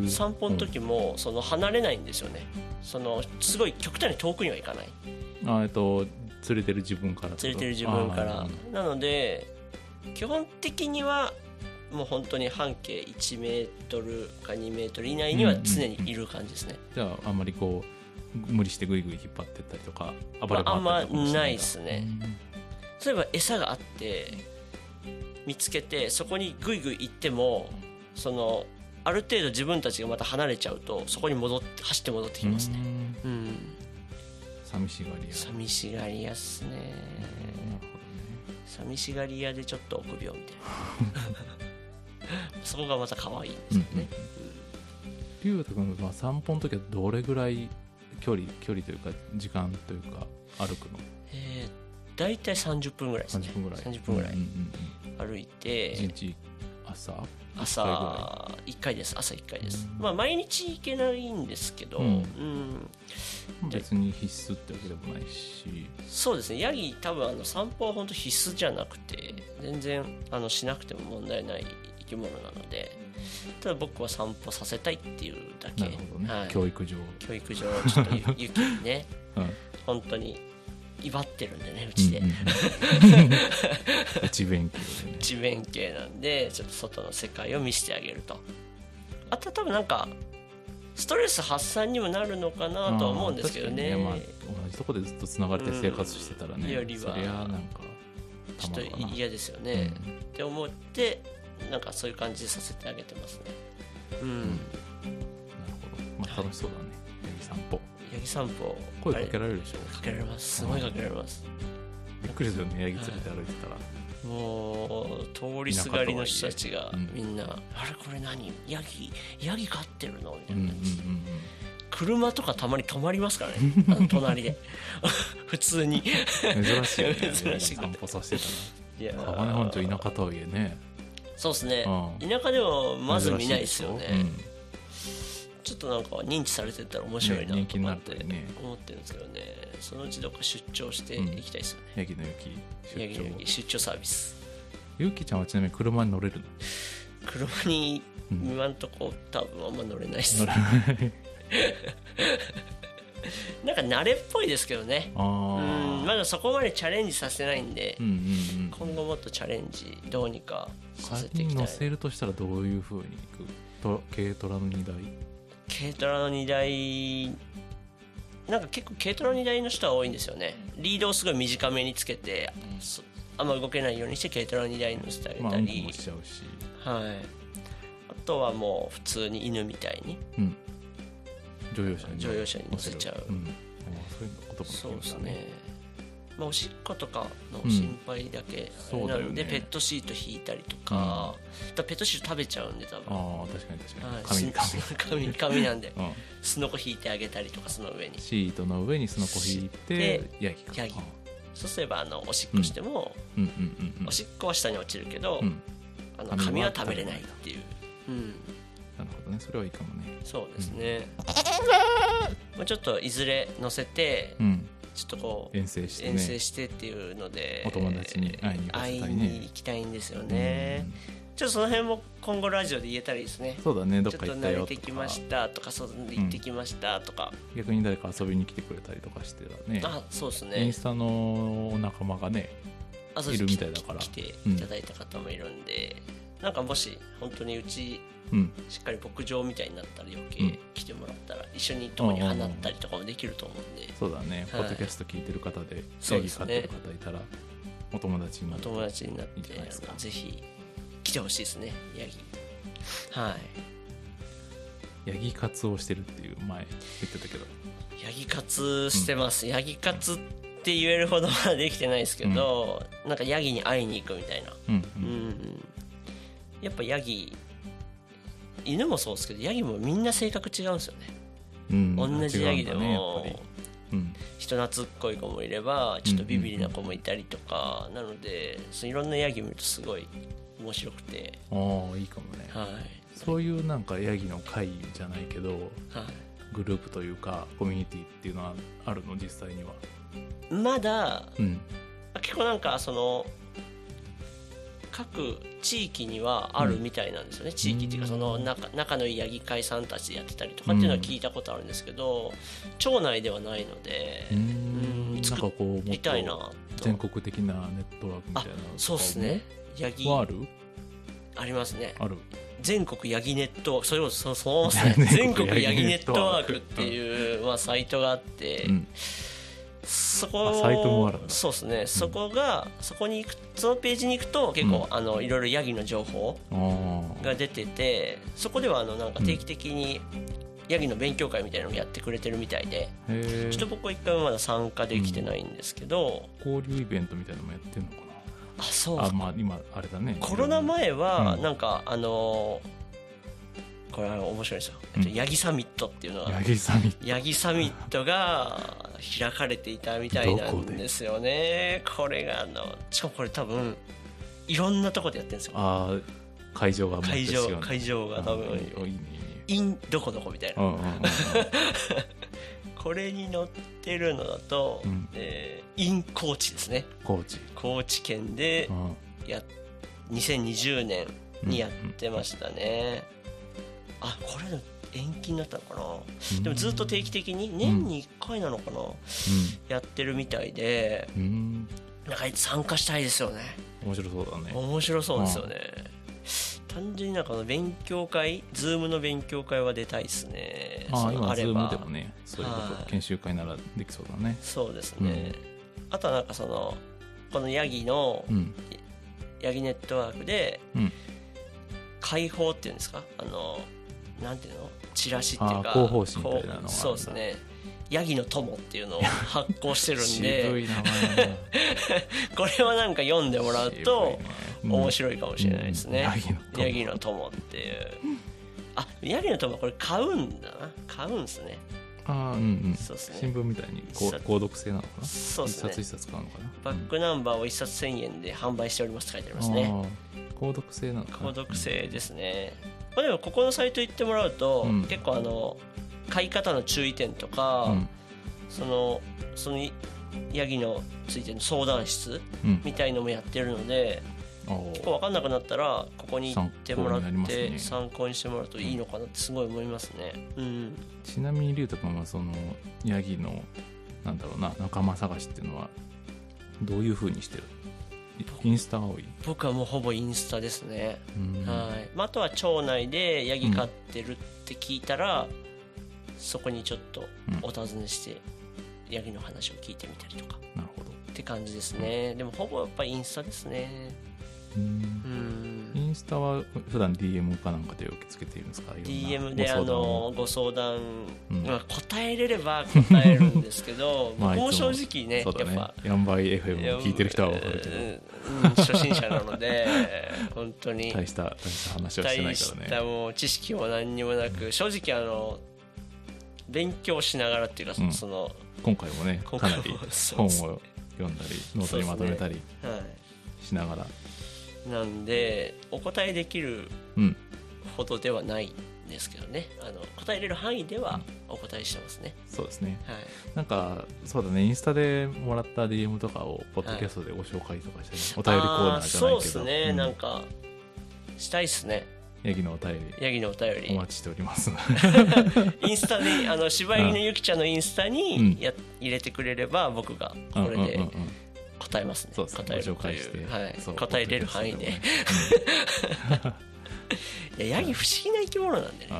Speaker 1: え
Speaker 2: 散歩の時もその離れないんですよねそのすごい極端に遠くには行かない
Speaker 1: あえっと連れてる自分から
Speaker 2: 連れてる自分から
Speaker 1: あ
Speaker 2: なので基本的にはもう本当に半径1メートルか2メートル以内には常にいる感じですね、
Speaker 1: ーじゃああんまりこう無理してグイグイ引っ張ってったりとか暴れ回ったりとか
Speaker 2: まああん
Speaker 1: も
Speaker 2: ま
Speaker 1: し
Speaker 2: ない
Speaker 1: んだ
Speaker 2: ですね例えば餌があって見つけてそこにグイグイ行ってもそのある程度自分たちがまた離れちゃうとそこに戻って走って戻ってき
Speaker 1: うん
Speaker 2: ますね
Speaker 1: うん
Speaker 2: うん
Speaker 1: 寂しがり屋
Speaker 2: 寂しがり屋っすね
Speaker 1: なるほ
Speaker 2: 寂しがり屋でちょっと臆病みたい
Speaker 1: (laughs)
Speaker 2: なそこがまた可愛いんです
Speaker 1: ど
Speaker 2: よ
Speaker 1: ねうんうん
Speaker 2: ね、
Speaker 1: 龍太君は散歩の時はどれぐらい距離距離というか時間というか歩くの
Speaker 2: えー大体30分ぐらいですね
Speaker 1: 30分ぐらい
Speaker 2: 30分ぐらい
Speaker 1: うんうんうん
Speaker 2: 歩いて、
Speaker 1: 一日朝
Speaker 2: 朝1回です朝1回です、
Speaker 1: うん
Speaker 2: まあ毎日行けないんですけど、
Speaker 1: う
Speaker 2: うんん
Speaker 1: 別に必須ってわけでもないし
Speaker 2: そうですねヤギ多分あの散歩は本当必須じゃなくて全然あのしなくても問題ない生き物なのでただ僕は散歩させたいっていうだけ
Speaker 1: なるほどね、
Speaker 2: はい、
Speaker 1: 教育上、
Speaker 2: 教育上ちょっとゆゆ (laughs) きにね
Speaker 1: (laughs) うん
Speaker 2: 本当に威張ってるんでねうちで、
Speaker 1: うんうんう
Speaker 2: (laughs)
Speaker 1: ん内勉強でね
Speaker 2: 地面系なんでちょっと外の世界を見せてあげるとあとは多分なんかストレス発散にもなるのかなとは思うんですけどね
Speaker 1: あー確かにまあ、同じとこでずっとつながれて生活してたらね、
Speaker 2: うんよりは
Speaker 1: そりゃなんか
Speaker 2: ちょっと
Speaker 1: たまらない
Speaker 2: 嫌ですよね、って思ってなんかそういう感じでさせてあげてますねうん、
Speaker 1: なるほど、まあ、楽しそうだねヤギ散歩
Speaker 2: ヤギ散歩
Speaker 1: 声かけ
Speaker 2: あ
Speaker 1: られるでしょ
Speaker 2: れかけられますすごいかけられます
Speaker 1: びっくりするよねヤギ連れて歩いてたら、
Speaker 2: もう通りすがりの人たちが
Speaker 1: うん
Speaker 2: みんな「あれこれ何ヤギヤギ飼ってるの?」みた
Speaker 1: う
Speaker 2: い
Speaker 1: んうん
Speaker 2: な
Speaker 1: うん
Speaker 2: 感じ、車とかたまに止まりますか
Speaker 1: (laughs)
Speaker 2: らねあの隣で (laughs) 普通に
Speaker 1: うん珍しいよね
Speaker 2: (laughs) 珍しい
Speaker 1: 散歩させて
Speaker 2: いや
Speaker 1: た
Speaker 2: ー
Speaker 1: ら川根本町田舎とはいえね
Speaker 2: そうですね
Speaker 1: う
Speaker 2: 田舎ではまず見ないですよね
Speaker 1: 珍しいで
Speaker 2: ちょっとなんか認知されてたら面白いな
Speaker 1: ね人
Speaker 2: と
Speaker 1: 気に
Speaker 2: 思
Speaker 1: な
Speaker 2: っ
Speaker 1: ると
Speaker 2: て
Speaker 1: いいね
Speaker 2: 思ってるんですけどねそのうちどっか出張していきたいですよね
Speaker 1: うんヤギのユキ
Speaker 2: ヤギ
Speaker 1: 出
Speaker 2: の
Speaker 1: 張
Speaker 2: ヤギ出張サービス
Speaker 1: ユキちゃんはちなみに車に乗れるの
Speaker 2: 車に
Speaker 1: うん
Speaker 2: 今んとこ多分あんま乗れないです (laughs)
Speaker 1: 乗れない
Speaker 2: なんか慣れっぽいですけどね
Speaker 1: ああ
Speaker 2: うんまだそこまでチャレンジさせてないんで、
Speaker 1: うんうんうん
Speaker 2: 今後もっとチャレンジどうにかさせ
Speaker 1: 最
Speaker 2: て
Speaker 1: 近
Speaker 2: いきたい
Speaker 1: 乗せるとしたらどういうふうにいくと軽トラの荷台
Speaker 2: 軽トラの荷台なんか結構軽トラの荷台の人は多いんですよねリードをすごい短めにつけて、そあんま動けないようにして軽トラの荷台に乗せてあげ
Speaker 1: まあ
Speaker 2: た
Speaker 1: うんこも
Speaker 2: り
Speaker 1: し、ちゃうし
Speaker 2: はいあとはもう普通に犬みたいに
Speaker 1: うん乗用車に
Speaker 2: 乗用車に乗せちゃう
Speaker 1: 乗せるんでもそういうことも
Speaker 2: そう
Speaker 1: き
Speaker 2: で
Speaker 1: るん
Speaker 2: す
Speaker 1: だ
Speaker 2: ね、まあ、おしっことかの心配だけあ
Speaker 1: うん
Speaker 2: れな
Speaker 1: そ
Speaker 2: の
Speaker 1: うだ
Speaker 2: で、
Speaker 1: よね
Speaker 2: ペットシート引いたりとか,、だからペットシート食べちゃうんで多分
Speaker 1: ああ確かに確か
Speaker 2: はい
Speaker 1: に紙紙
Speaker 2: 紙紙なんで
Speaker 1: うん
Speaker 2: すのこ引いてあげたりとかその上に
Speaker 1: シートの上にスノコ引いてヤギか
Speaker 2: ヤギ
Speaker 1: あ
Speaker 2: そうすればあのおしっこしても、
Speaker 1: うんうんうんうん
Speaker 2: おしっこは下に落ちるけど、
Speaker 1: うん
Speaker 2: あの
Speaker 1: 紙は
Speaker 2: 紙は食べれないっていう、うん、
Speaker 1: なるほどねそれはいいかもね
Speaker 2: そうですね、まあ、ちょっといずれ乗せて、
Speaker 1: うん
Speaker 2: ちょっとこう
Speaker 1: 遠征してね
Speaker 2: 遠征してっていうので
Speaker 1: お友達に会いに行かせ
Speaker 2: 会い
Speaker 1: たい
Speaker 2: に
Speaker 1: ね
Speaker 2: 行きたいんですよね、ちょっとその辺も今後ラジオで言えたらいいですね
Speaker 1: そうだねどっ
Speaker 2: ちょっ
Speaker 1: か
Speaker 2: と
Speaker 1: 行った
Speaker 2: 慣れ
Speaker 1: よ
Speaker 2: て
Speaker 1: と
Speaker 2: きま
Speaker 1: か
Speaker 2: したとかそう行ってきましたとか、
Speaker 1: 逆に誰か遊びに来てくれたりとかしてたね
Speaker 2: あそうですね
Speaker 1: インスタのお仲間がね
Speaker 2: あそうです
Speaker 1: いるみたいだから
Speaker 2: きき来ていただいた方もいるんで、なんかもし本当にうち
Speaker 1: うん
Speaker 2: しっかり牧場みたいになったら余
Speaker 1: うん
Speaker 2: 計来てもらったら一緒に共に放ったりとかもできると思うんで
Speaker 1: そうだね
Speaker 2: は
Speaker 1: ポ
Speaker 2: い
Speaker 1: ッドキャスト聞いてる方で
Speaker 2: そう
Speaker 1: ヤ
Speaker 2: で
Speaker 1: ギ
Speaker 2: す
Speaker 1: 飼
Speaker 2: ね
Speaker 1: ってる方いたらお友達にな
Speaker 2: お
Speaker 1: る
Speaker 2: 友達になっ
Speaker 1: いいじ
Speaker 2: て
Speaker 1: ゃないですか
Speaker 2: ぜひ来てほしいですねヤギは
Speaker 1: ヤギ活をしてるっていう前言ってたけど
Speaker 2: いヤギ活してます、ヤギ活って言えるほどはできてないですけど、なんかヤギに会いに行くみたいな
Speaker 1: うんう
Speaker 2: うん
Speaker 1: ん
Speaker 2: やっぱヤギ犬もそうですけどヤギもみんな性格違うんですよね
Speaker 1: うん
Speaker 2: 同じヤギで
Speaker 1: 違うんだねやっ
Speaker 2: も、
Speaker 1: ぱりうん
Speaker 2: 人懐っこい子もいればちょっとビビりな子もいたりとか、なのでそういろんなヤギ見るとすごい面白くて
Speaker 1: ああいいかもね
Speaker 2: はい
Speaker 1: そういうなんかヤギの会じゃないけど
Speaker 2: はい
Speaker 1: グループというかコミュニティっていうのはあるの実際には
Speaker 2: まだ
Speaker 1: うん
Speaker 2: 結構なんかその各地域にはあるみたいなんですよね、地域っていうかその仲仲のいいヤギ会さんたちでやってたりとかっていうのは聞いたことあるんですけど、町内ではないので
Speaker 1: う、ん
Speaker 2: う
Speaker 1: な
Speaker 2: ん
Speaker 1: んかこうもっ
Speaker 2: みたいな
Speaker 1: と
Speaker 2: と
Speaker 1: 全国的なネットワークみたいなのとかも
Speaker 2: そうですねヤギ
Speaker 1: はある
Speaker 2: ありますね
Speaker 1: ある
Speaker 2: 全国ヤギネットそれこそ
Speaker 1: (laughs)
Speaker 2: そのままですね
Speaker 1: 全
Speaker 2: 全
Speaker 1: 国
Speaker 2: 国
Speaker 1: ヤ
Speaker 2: ヤ
Speaker 1: ギ
Speaker 2: ギ
Speaker 1: ネ
Speaker 2: ネ
Speaker 1: ッ
Speaker 2: ッ
Speaker 1: ト
Speaker 2: ト
Speaker 1: ワ
Speaker 2: ワ
Speaker 1: ー
Speaker 2: ー
Speaker 1: ク
Speaker 2: クっていう、まあ、サイトがあって、
Speaker 1: うん
Speaker 2: そこ
Speaker 1: あサイトもあるんだ
Speaker 2: そうですねそこがそこに行くそのページに行くと結構、あのいろいろヤギの情報
Speaker 1: あー
Speaker 2: が出ててそこではあのなんか定期的にヤギの勉強会みたいなのをやってくれてるみたいで、
Speaker 1: へえ
Speaker 2: ちょっと僕は一回もまだ参加できてないんですけど、
Speaker 1: 交流イベントみたいなのもやってんのか
Speaker 2: あそう
Speaker 1: なあまあ今あれだね
Speaker 2: コロナ前は
Speaker 1: うん
Speaker 2: なんか、あのーこれは面白いですよ、
Speaker 1: うん
Speaker 2: ヤギサミットっていうのが
Speaker 1: ヤギサミット
Speaker 2: ヤギサミットが開かれていたみたいなんですよねこれがあのしかもこれ多分いろんなとこでやってるんですよ
Speaker 1: あー会場がもう
Speaker 2: 会
Speaker 1: です
Speaker 2: 場
Speaker 1: よね
Speaker 2: 会場が多
Speaker 1: あー
Speaker 2: 分
Speaker 1: いいいいねいいね
Speaker 2: インどこどこみたい
Speaker 1: うん
Speaker 2: な
Speaker 1: うん
Speaker 2: (laughs)
Speaker 1: うんうん
Speaker 2: これに載ってるのだと、
Speaker 1: うん
Speaker 2: えーイン高知ですね
Speaker 1: 高知
Speaker 2: 高知県で
Speaker 1: うん
Speaker 2: や2020年にやってましたね、あこれでも延期になったのかなでもずっと定期的に年に1回なのかな、やってるみたいで
Speaker 1: うんうん
Speaker 2: なんか参加したいですよね
Speaker 1: 面白そうだね
Speaker 2: 面白そうですよね単純になんかあの勉強会ズームの勉強会は出たいですねで
Speaker 1: あ
Speaker 2: そ
Speaker 1: あ
Speaker 2: の
Speaker 1: 今
Speaker 2: あ
Speaker 1: ズ
Speaker 2: れ
Speaker 1: ーム
Speaker 2: ば
Speaker 1: でもねそういうこ
Speaker 2: は
Speaker 1: と
Speaker 2: い
Speaker 1: 研修会ならできそうだね
Speaker 2: そうですね、あとはなんかそのこのヤギの
Speaker 1: うん
Speaker 2: ヤギネットワークで
Speaker 1: うん
Speaker 2: 開放っていうんですかあのなんていうのチラシっていうか
Speaker 1: あー広報誌みたいなのがあるんだ
Speaker 2: こうそうですねヤギの友っていうのを発行してるん
Speaker 1: 渋
Speaker 2: で
Speaker 1: い名前だな
Speaker 2: これはなんか読んでもらうと
Speaker 1: 渋いね
Speaker 2: 面白いかもしれないですね、
Speaker 1: うんヤ
Speaker 2: ヤ
Speaker 1: ギ
Speaker 2: ギの友っていうあヤギの友これ買うんだな買うんですね
Speaker 1: ああうんうん
Speaker 2: そうです
Speaker 1: 新
Speaker 2: ね
Speaker 1: 聞みたいにこう
Speaker 2: 一冊
Speaker 1: 購読制なのかな
Speaker 2: そう
Speaker 1: 一
Speaker 2: ですね
Speaker 1: 冊一冊買うのかな
Speaker 2: バックナンバーを1冊1000円で販売しておりますって書いてありますね
Speaker 1: ああ購読制なのかな
Speaker 2: 購読制ですね、まあ、でもここのサイト行ってもらうと、
Speaker 1: うん
Speaker 2: 結構あの買い方の注意点とか、
Speaker 1: うん
Speaker 2: そのそのヤギのついてる相談室
Speaker 1: うん
Speaker 2: みたいのもやってるので
Speaker 1: ああ
Speaker 2: 結構分かんなくなったらここに行ってもらっ
Speaker 1: 参考になります
Speaker 2: て
Speaker 1: ね
Speaker 2: 参考にしてもらうといいのかなってすごい思いますねうん
Speaker 1: ちなみに龍太君はそのヤギのなんだろうな仲間探しっていうのはどういうふうにしてるいインスタが多い
Speaker 2: 僕はもうほぼインスタですね、
Speaker 1: うん
Speaker 2: はいまあ、あとは町内でヤギ飼ってるって聞いたら、そこにちょっとお尋ねして、ヤギの話を聞いてみたりとか
Speaker 1: なるほど
Speaker 2: って感じですねでもほぼやっぱりインスタですね
Speaker 1: うん
Speaker 2: うん
Speaker 1: インスタは普段 DM かなんかで受け付けているんですかいろんな
Speaker 2: DM で
Speaker 1: ご
Speaker 2: あ
Speaker 1: 相談を
Speaker 2: のご相談、
Speaker 1: うん
Speaker 2: まあ、答えれれば答えるんですけど
Speaker 1: (laughs) まあ
Speaker 2: 僕も
Speaker 1: いつ
Speaker 2: 正直ね
Speaker 1: そうだ
Speaker 2: やっ
Speaker 1: ね
Speaker 2: ぱ
Speaker 1: ヤンバイ FM を聞いてる人は分かるけど
Speaker 2: うんうん初心者な
Speaker 1: (laughs)
Speaker 2: ので本当に
Speaker 1: 大した大した話はしてな
Speaker 2: 大
Speaker 1: いか
Speaker 2: し
Speaker 1: ら
Speaker 2: た
Speaker 1: ね
Speaker 2: もう知識も何にもなく正直あの勉強しながらっていうか、
Speaker 1: うん
Speaker 2: その、は
Speaker 1: 今回もね
Speaker 2: 今
Speaker 1: か
Speaker 2: 回
Speaker 1: な
Speaker 2: も
Speaker 1: り
Speaker 2: そう
Speaker 1: 本を
Speaker 2: です
Speaker 1: 読んだりノートにまとめたりしながら
Speaker 2: い、なんでお答えできる
Speaker 1: うん
Speaker 2: ほどではないんですけどねあの答えれる範囲ではお答えしてますね、
Speaker 1: そうですね
Speaker 2: はい、
Speaker 1: なんかそうだねインスタでもらった DM とかをポッドキャストでご紹介とかして、お便りコーナーじゃないけ
Speaker 2: あ
Speaker 1: ど
Speaker 2: ーそうですね、
Speaker 1: うん
Speaker 2: なんかしたいっすね
Speaker 1: ヤギのお便り
Speaker 2: ヤギのお便
Speaker 1: お
Speaker 2: り
Speaker 1: 待ちしており
Speaker 2: (laughs)
Speaker 1: ます
Speaker 2: インスタ
Speaker 1: (laughs)
Speaker 2: にあの柴犬のゆきちゃんのインスタ
Speaker 1: うん
Speaker 2: にや、入れてくれれば僕がこれ
Speaker 1: うんうんうん
Speaker 2: で
Speaker 1: うん
Speaker 2: 答えますね、
Speaker 1: そうですね
Speaker 2: 答えるとい
Speaker 1: ご紹介して
Speaker 2: はい
Speaker 1: そう、
Speaker 2: 答えれる範囲でいやヤギ不思議な生き物なんで
Speaker 1: う
Speaker 2: ね
Speaker 1: ん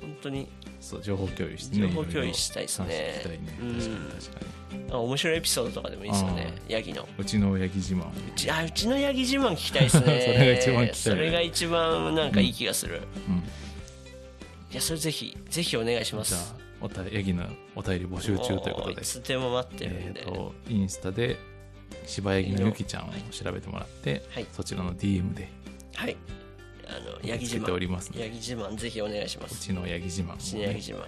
Speaker 2: 本当に
Speaker 1: そう情報共有して、
Speaker 2: 情報共有したいですね
Speaker 1: いろいろ話聞きたいね
Speaker 2: うん
Speaker 1: 確かに確かに
Speaker 2: あ面白いエピソードとかでもいいですよねヤギの
Speaker 1: うちのヤギ自慢
Speaker 2: うちあうちのヤギ自慢聞きたいですね
Speaker 1: (laughs) それが一番聞きたいね
Speaker 2: それが一番なんかいい気がする、
Speaker 1: うん
Speaker 2: いやそれぜひぜひお願いしま
Speaker 1: じゃ
Speaker 2: す
Speaker 1: あおたヤギのお便り募集中ということ
Speaker 2: もう
Speaker 1: で
Speaker 2: いつでも待ってるん
Speaker 1: え
Speaker 2: で、
Speaker 1: ー、とインスタで柴ヤギのゆきちゃんを調べてもらって、
Speaker 2: はい
Speaker 1: そちらの DM で
Speaker 2: はいあのヤギ
Speaker 1: つ
Speaker 2: 自
Speaker 1: けてお
Speaker 2: 慢
Speaker 1: りますので
Speaker 2: ヤギ自慢ぜひお願いしま
Speaker 1: う
Speaker 2: す
Speaker 1: ちのヤギ自慢をね
Speaker 2: うちのヤギ自慢も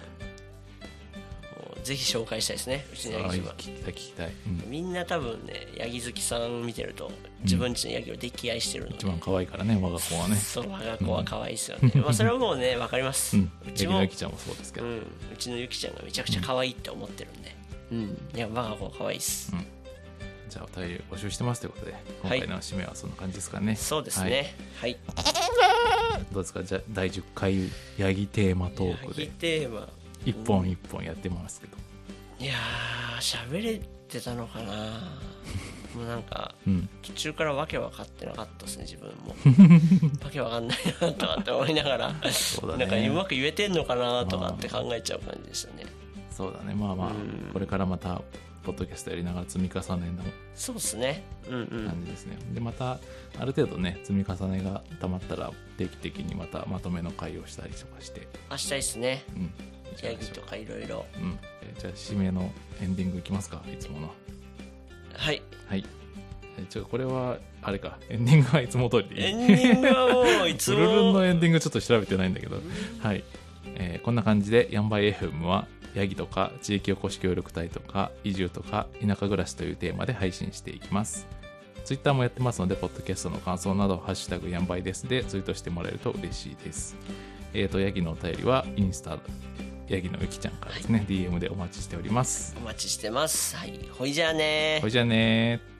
Speaker 2: うぜひ紹介したいですねうちのヤギ自
Speaker 1: あ
Speaker 2: 慢
Speaker 1: 聞きたい聞きたい、うん、
Speaker 2: みんな多分ねヤギ好きさん見てると自分ちのヤギを溺愛してるので
Speaker 1: 一、番可愛いからね我が子はね
Speaker 2: そう我が子は可愛いですよね、まあそれはもうね分かります、
Speaker 1: う
Speaker 2: うん
Speaker 1: ヤ
Speaker 2: ち
Speaker 1: ギ
Speaker 2: も
Speaker 1: の
Speaker 2: う
Speaker 1: ゆきちゃんもそうですけど、
Speaker 2: ん、うちのゆきちゃんがめちゃくちゃ可愛いって思ってるんで、うん、いや我が子は可愛いっす、
Speaker 1: じゃあお便り募集してますということで今回の締めはそんな感じですかね、
Speaker 2: そうですねはい、
Speaker 1: はいどうですかじゃあ第10回ヤギテーマトーク
Speaker 2: ヤギ
Speaker 1: で
Speaker 2: テーマ
Speaker 1: 一本一本やってますけど
Speaker 2: いやー喋れてたのか
Speaker 1: (laughs)
Speaker 2: なもうなんか
Speaker 1: うん
Speaker 2: 途中からわけ分かってなかったですね自分も
Speaker 1: (laughs)
Speaker 2: わけ分かんないなとかって思いな
Speaker 1: う
Speaker 2: がら、
Speaker 1: だ
Speaker 2: な
Speaker 1: ね
Speaker 2: んかうまく言えてんのかなとかって考えちゃう感じでしたね
Speaker 1: そうだねまあまあ
Speaker 2: うん
Speaker 1: これからまたポッドキャストやりながら積み重ねの
Speaker 2: そうですねうんうん
Speaker 1: 感じですね、でまたある程度ね積み重ねがたまったら定期的にまたまとめの会をしたりとかして
Speaker 2: 明日ですね
Speaker 1: うんいいじゃ
Speaker 2: ヤ
Speaker 1: ないで
Speaker 2: ギ
Speaker 1: しょう
Speaker 2: とかいろいろ
Speaker 1: うん、えーじゃあ締めのエンディングいきますかいつもの (laughs)
Speaker 2: はい
Speaker 1: はいえーちょこれはあれかエンディングはいつも通りで
Speaker 2: エ
Speaker 1: いい
Speaker 2: ンディングはもういつ
Speaker 1: ブルルンの
Speaker 2: も
Speaker 1: エンディングちょっと調べてないんだけどはい、えーこんな感じでヤンバイ FM はヤギとか地域おこし協力隊とか移住とか田舎暮らしというテーマで配信していきますツイッターもやってますので、ポッドキャストの感想など、ハッシュタグやんばいですでツイートしてもらえると嬉しいです。えっ、と、ヤギのお便りは、インスタ、ヤギのゆきちゃんからですね、DM でお待ちしております。
Speaker 2: お待ちしてますはいほいじゃあね
Speaker 1: ほいじゃあねー。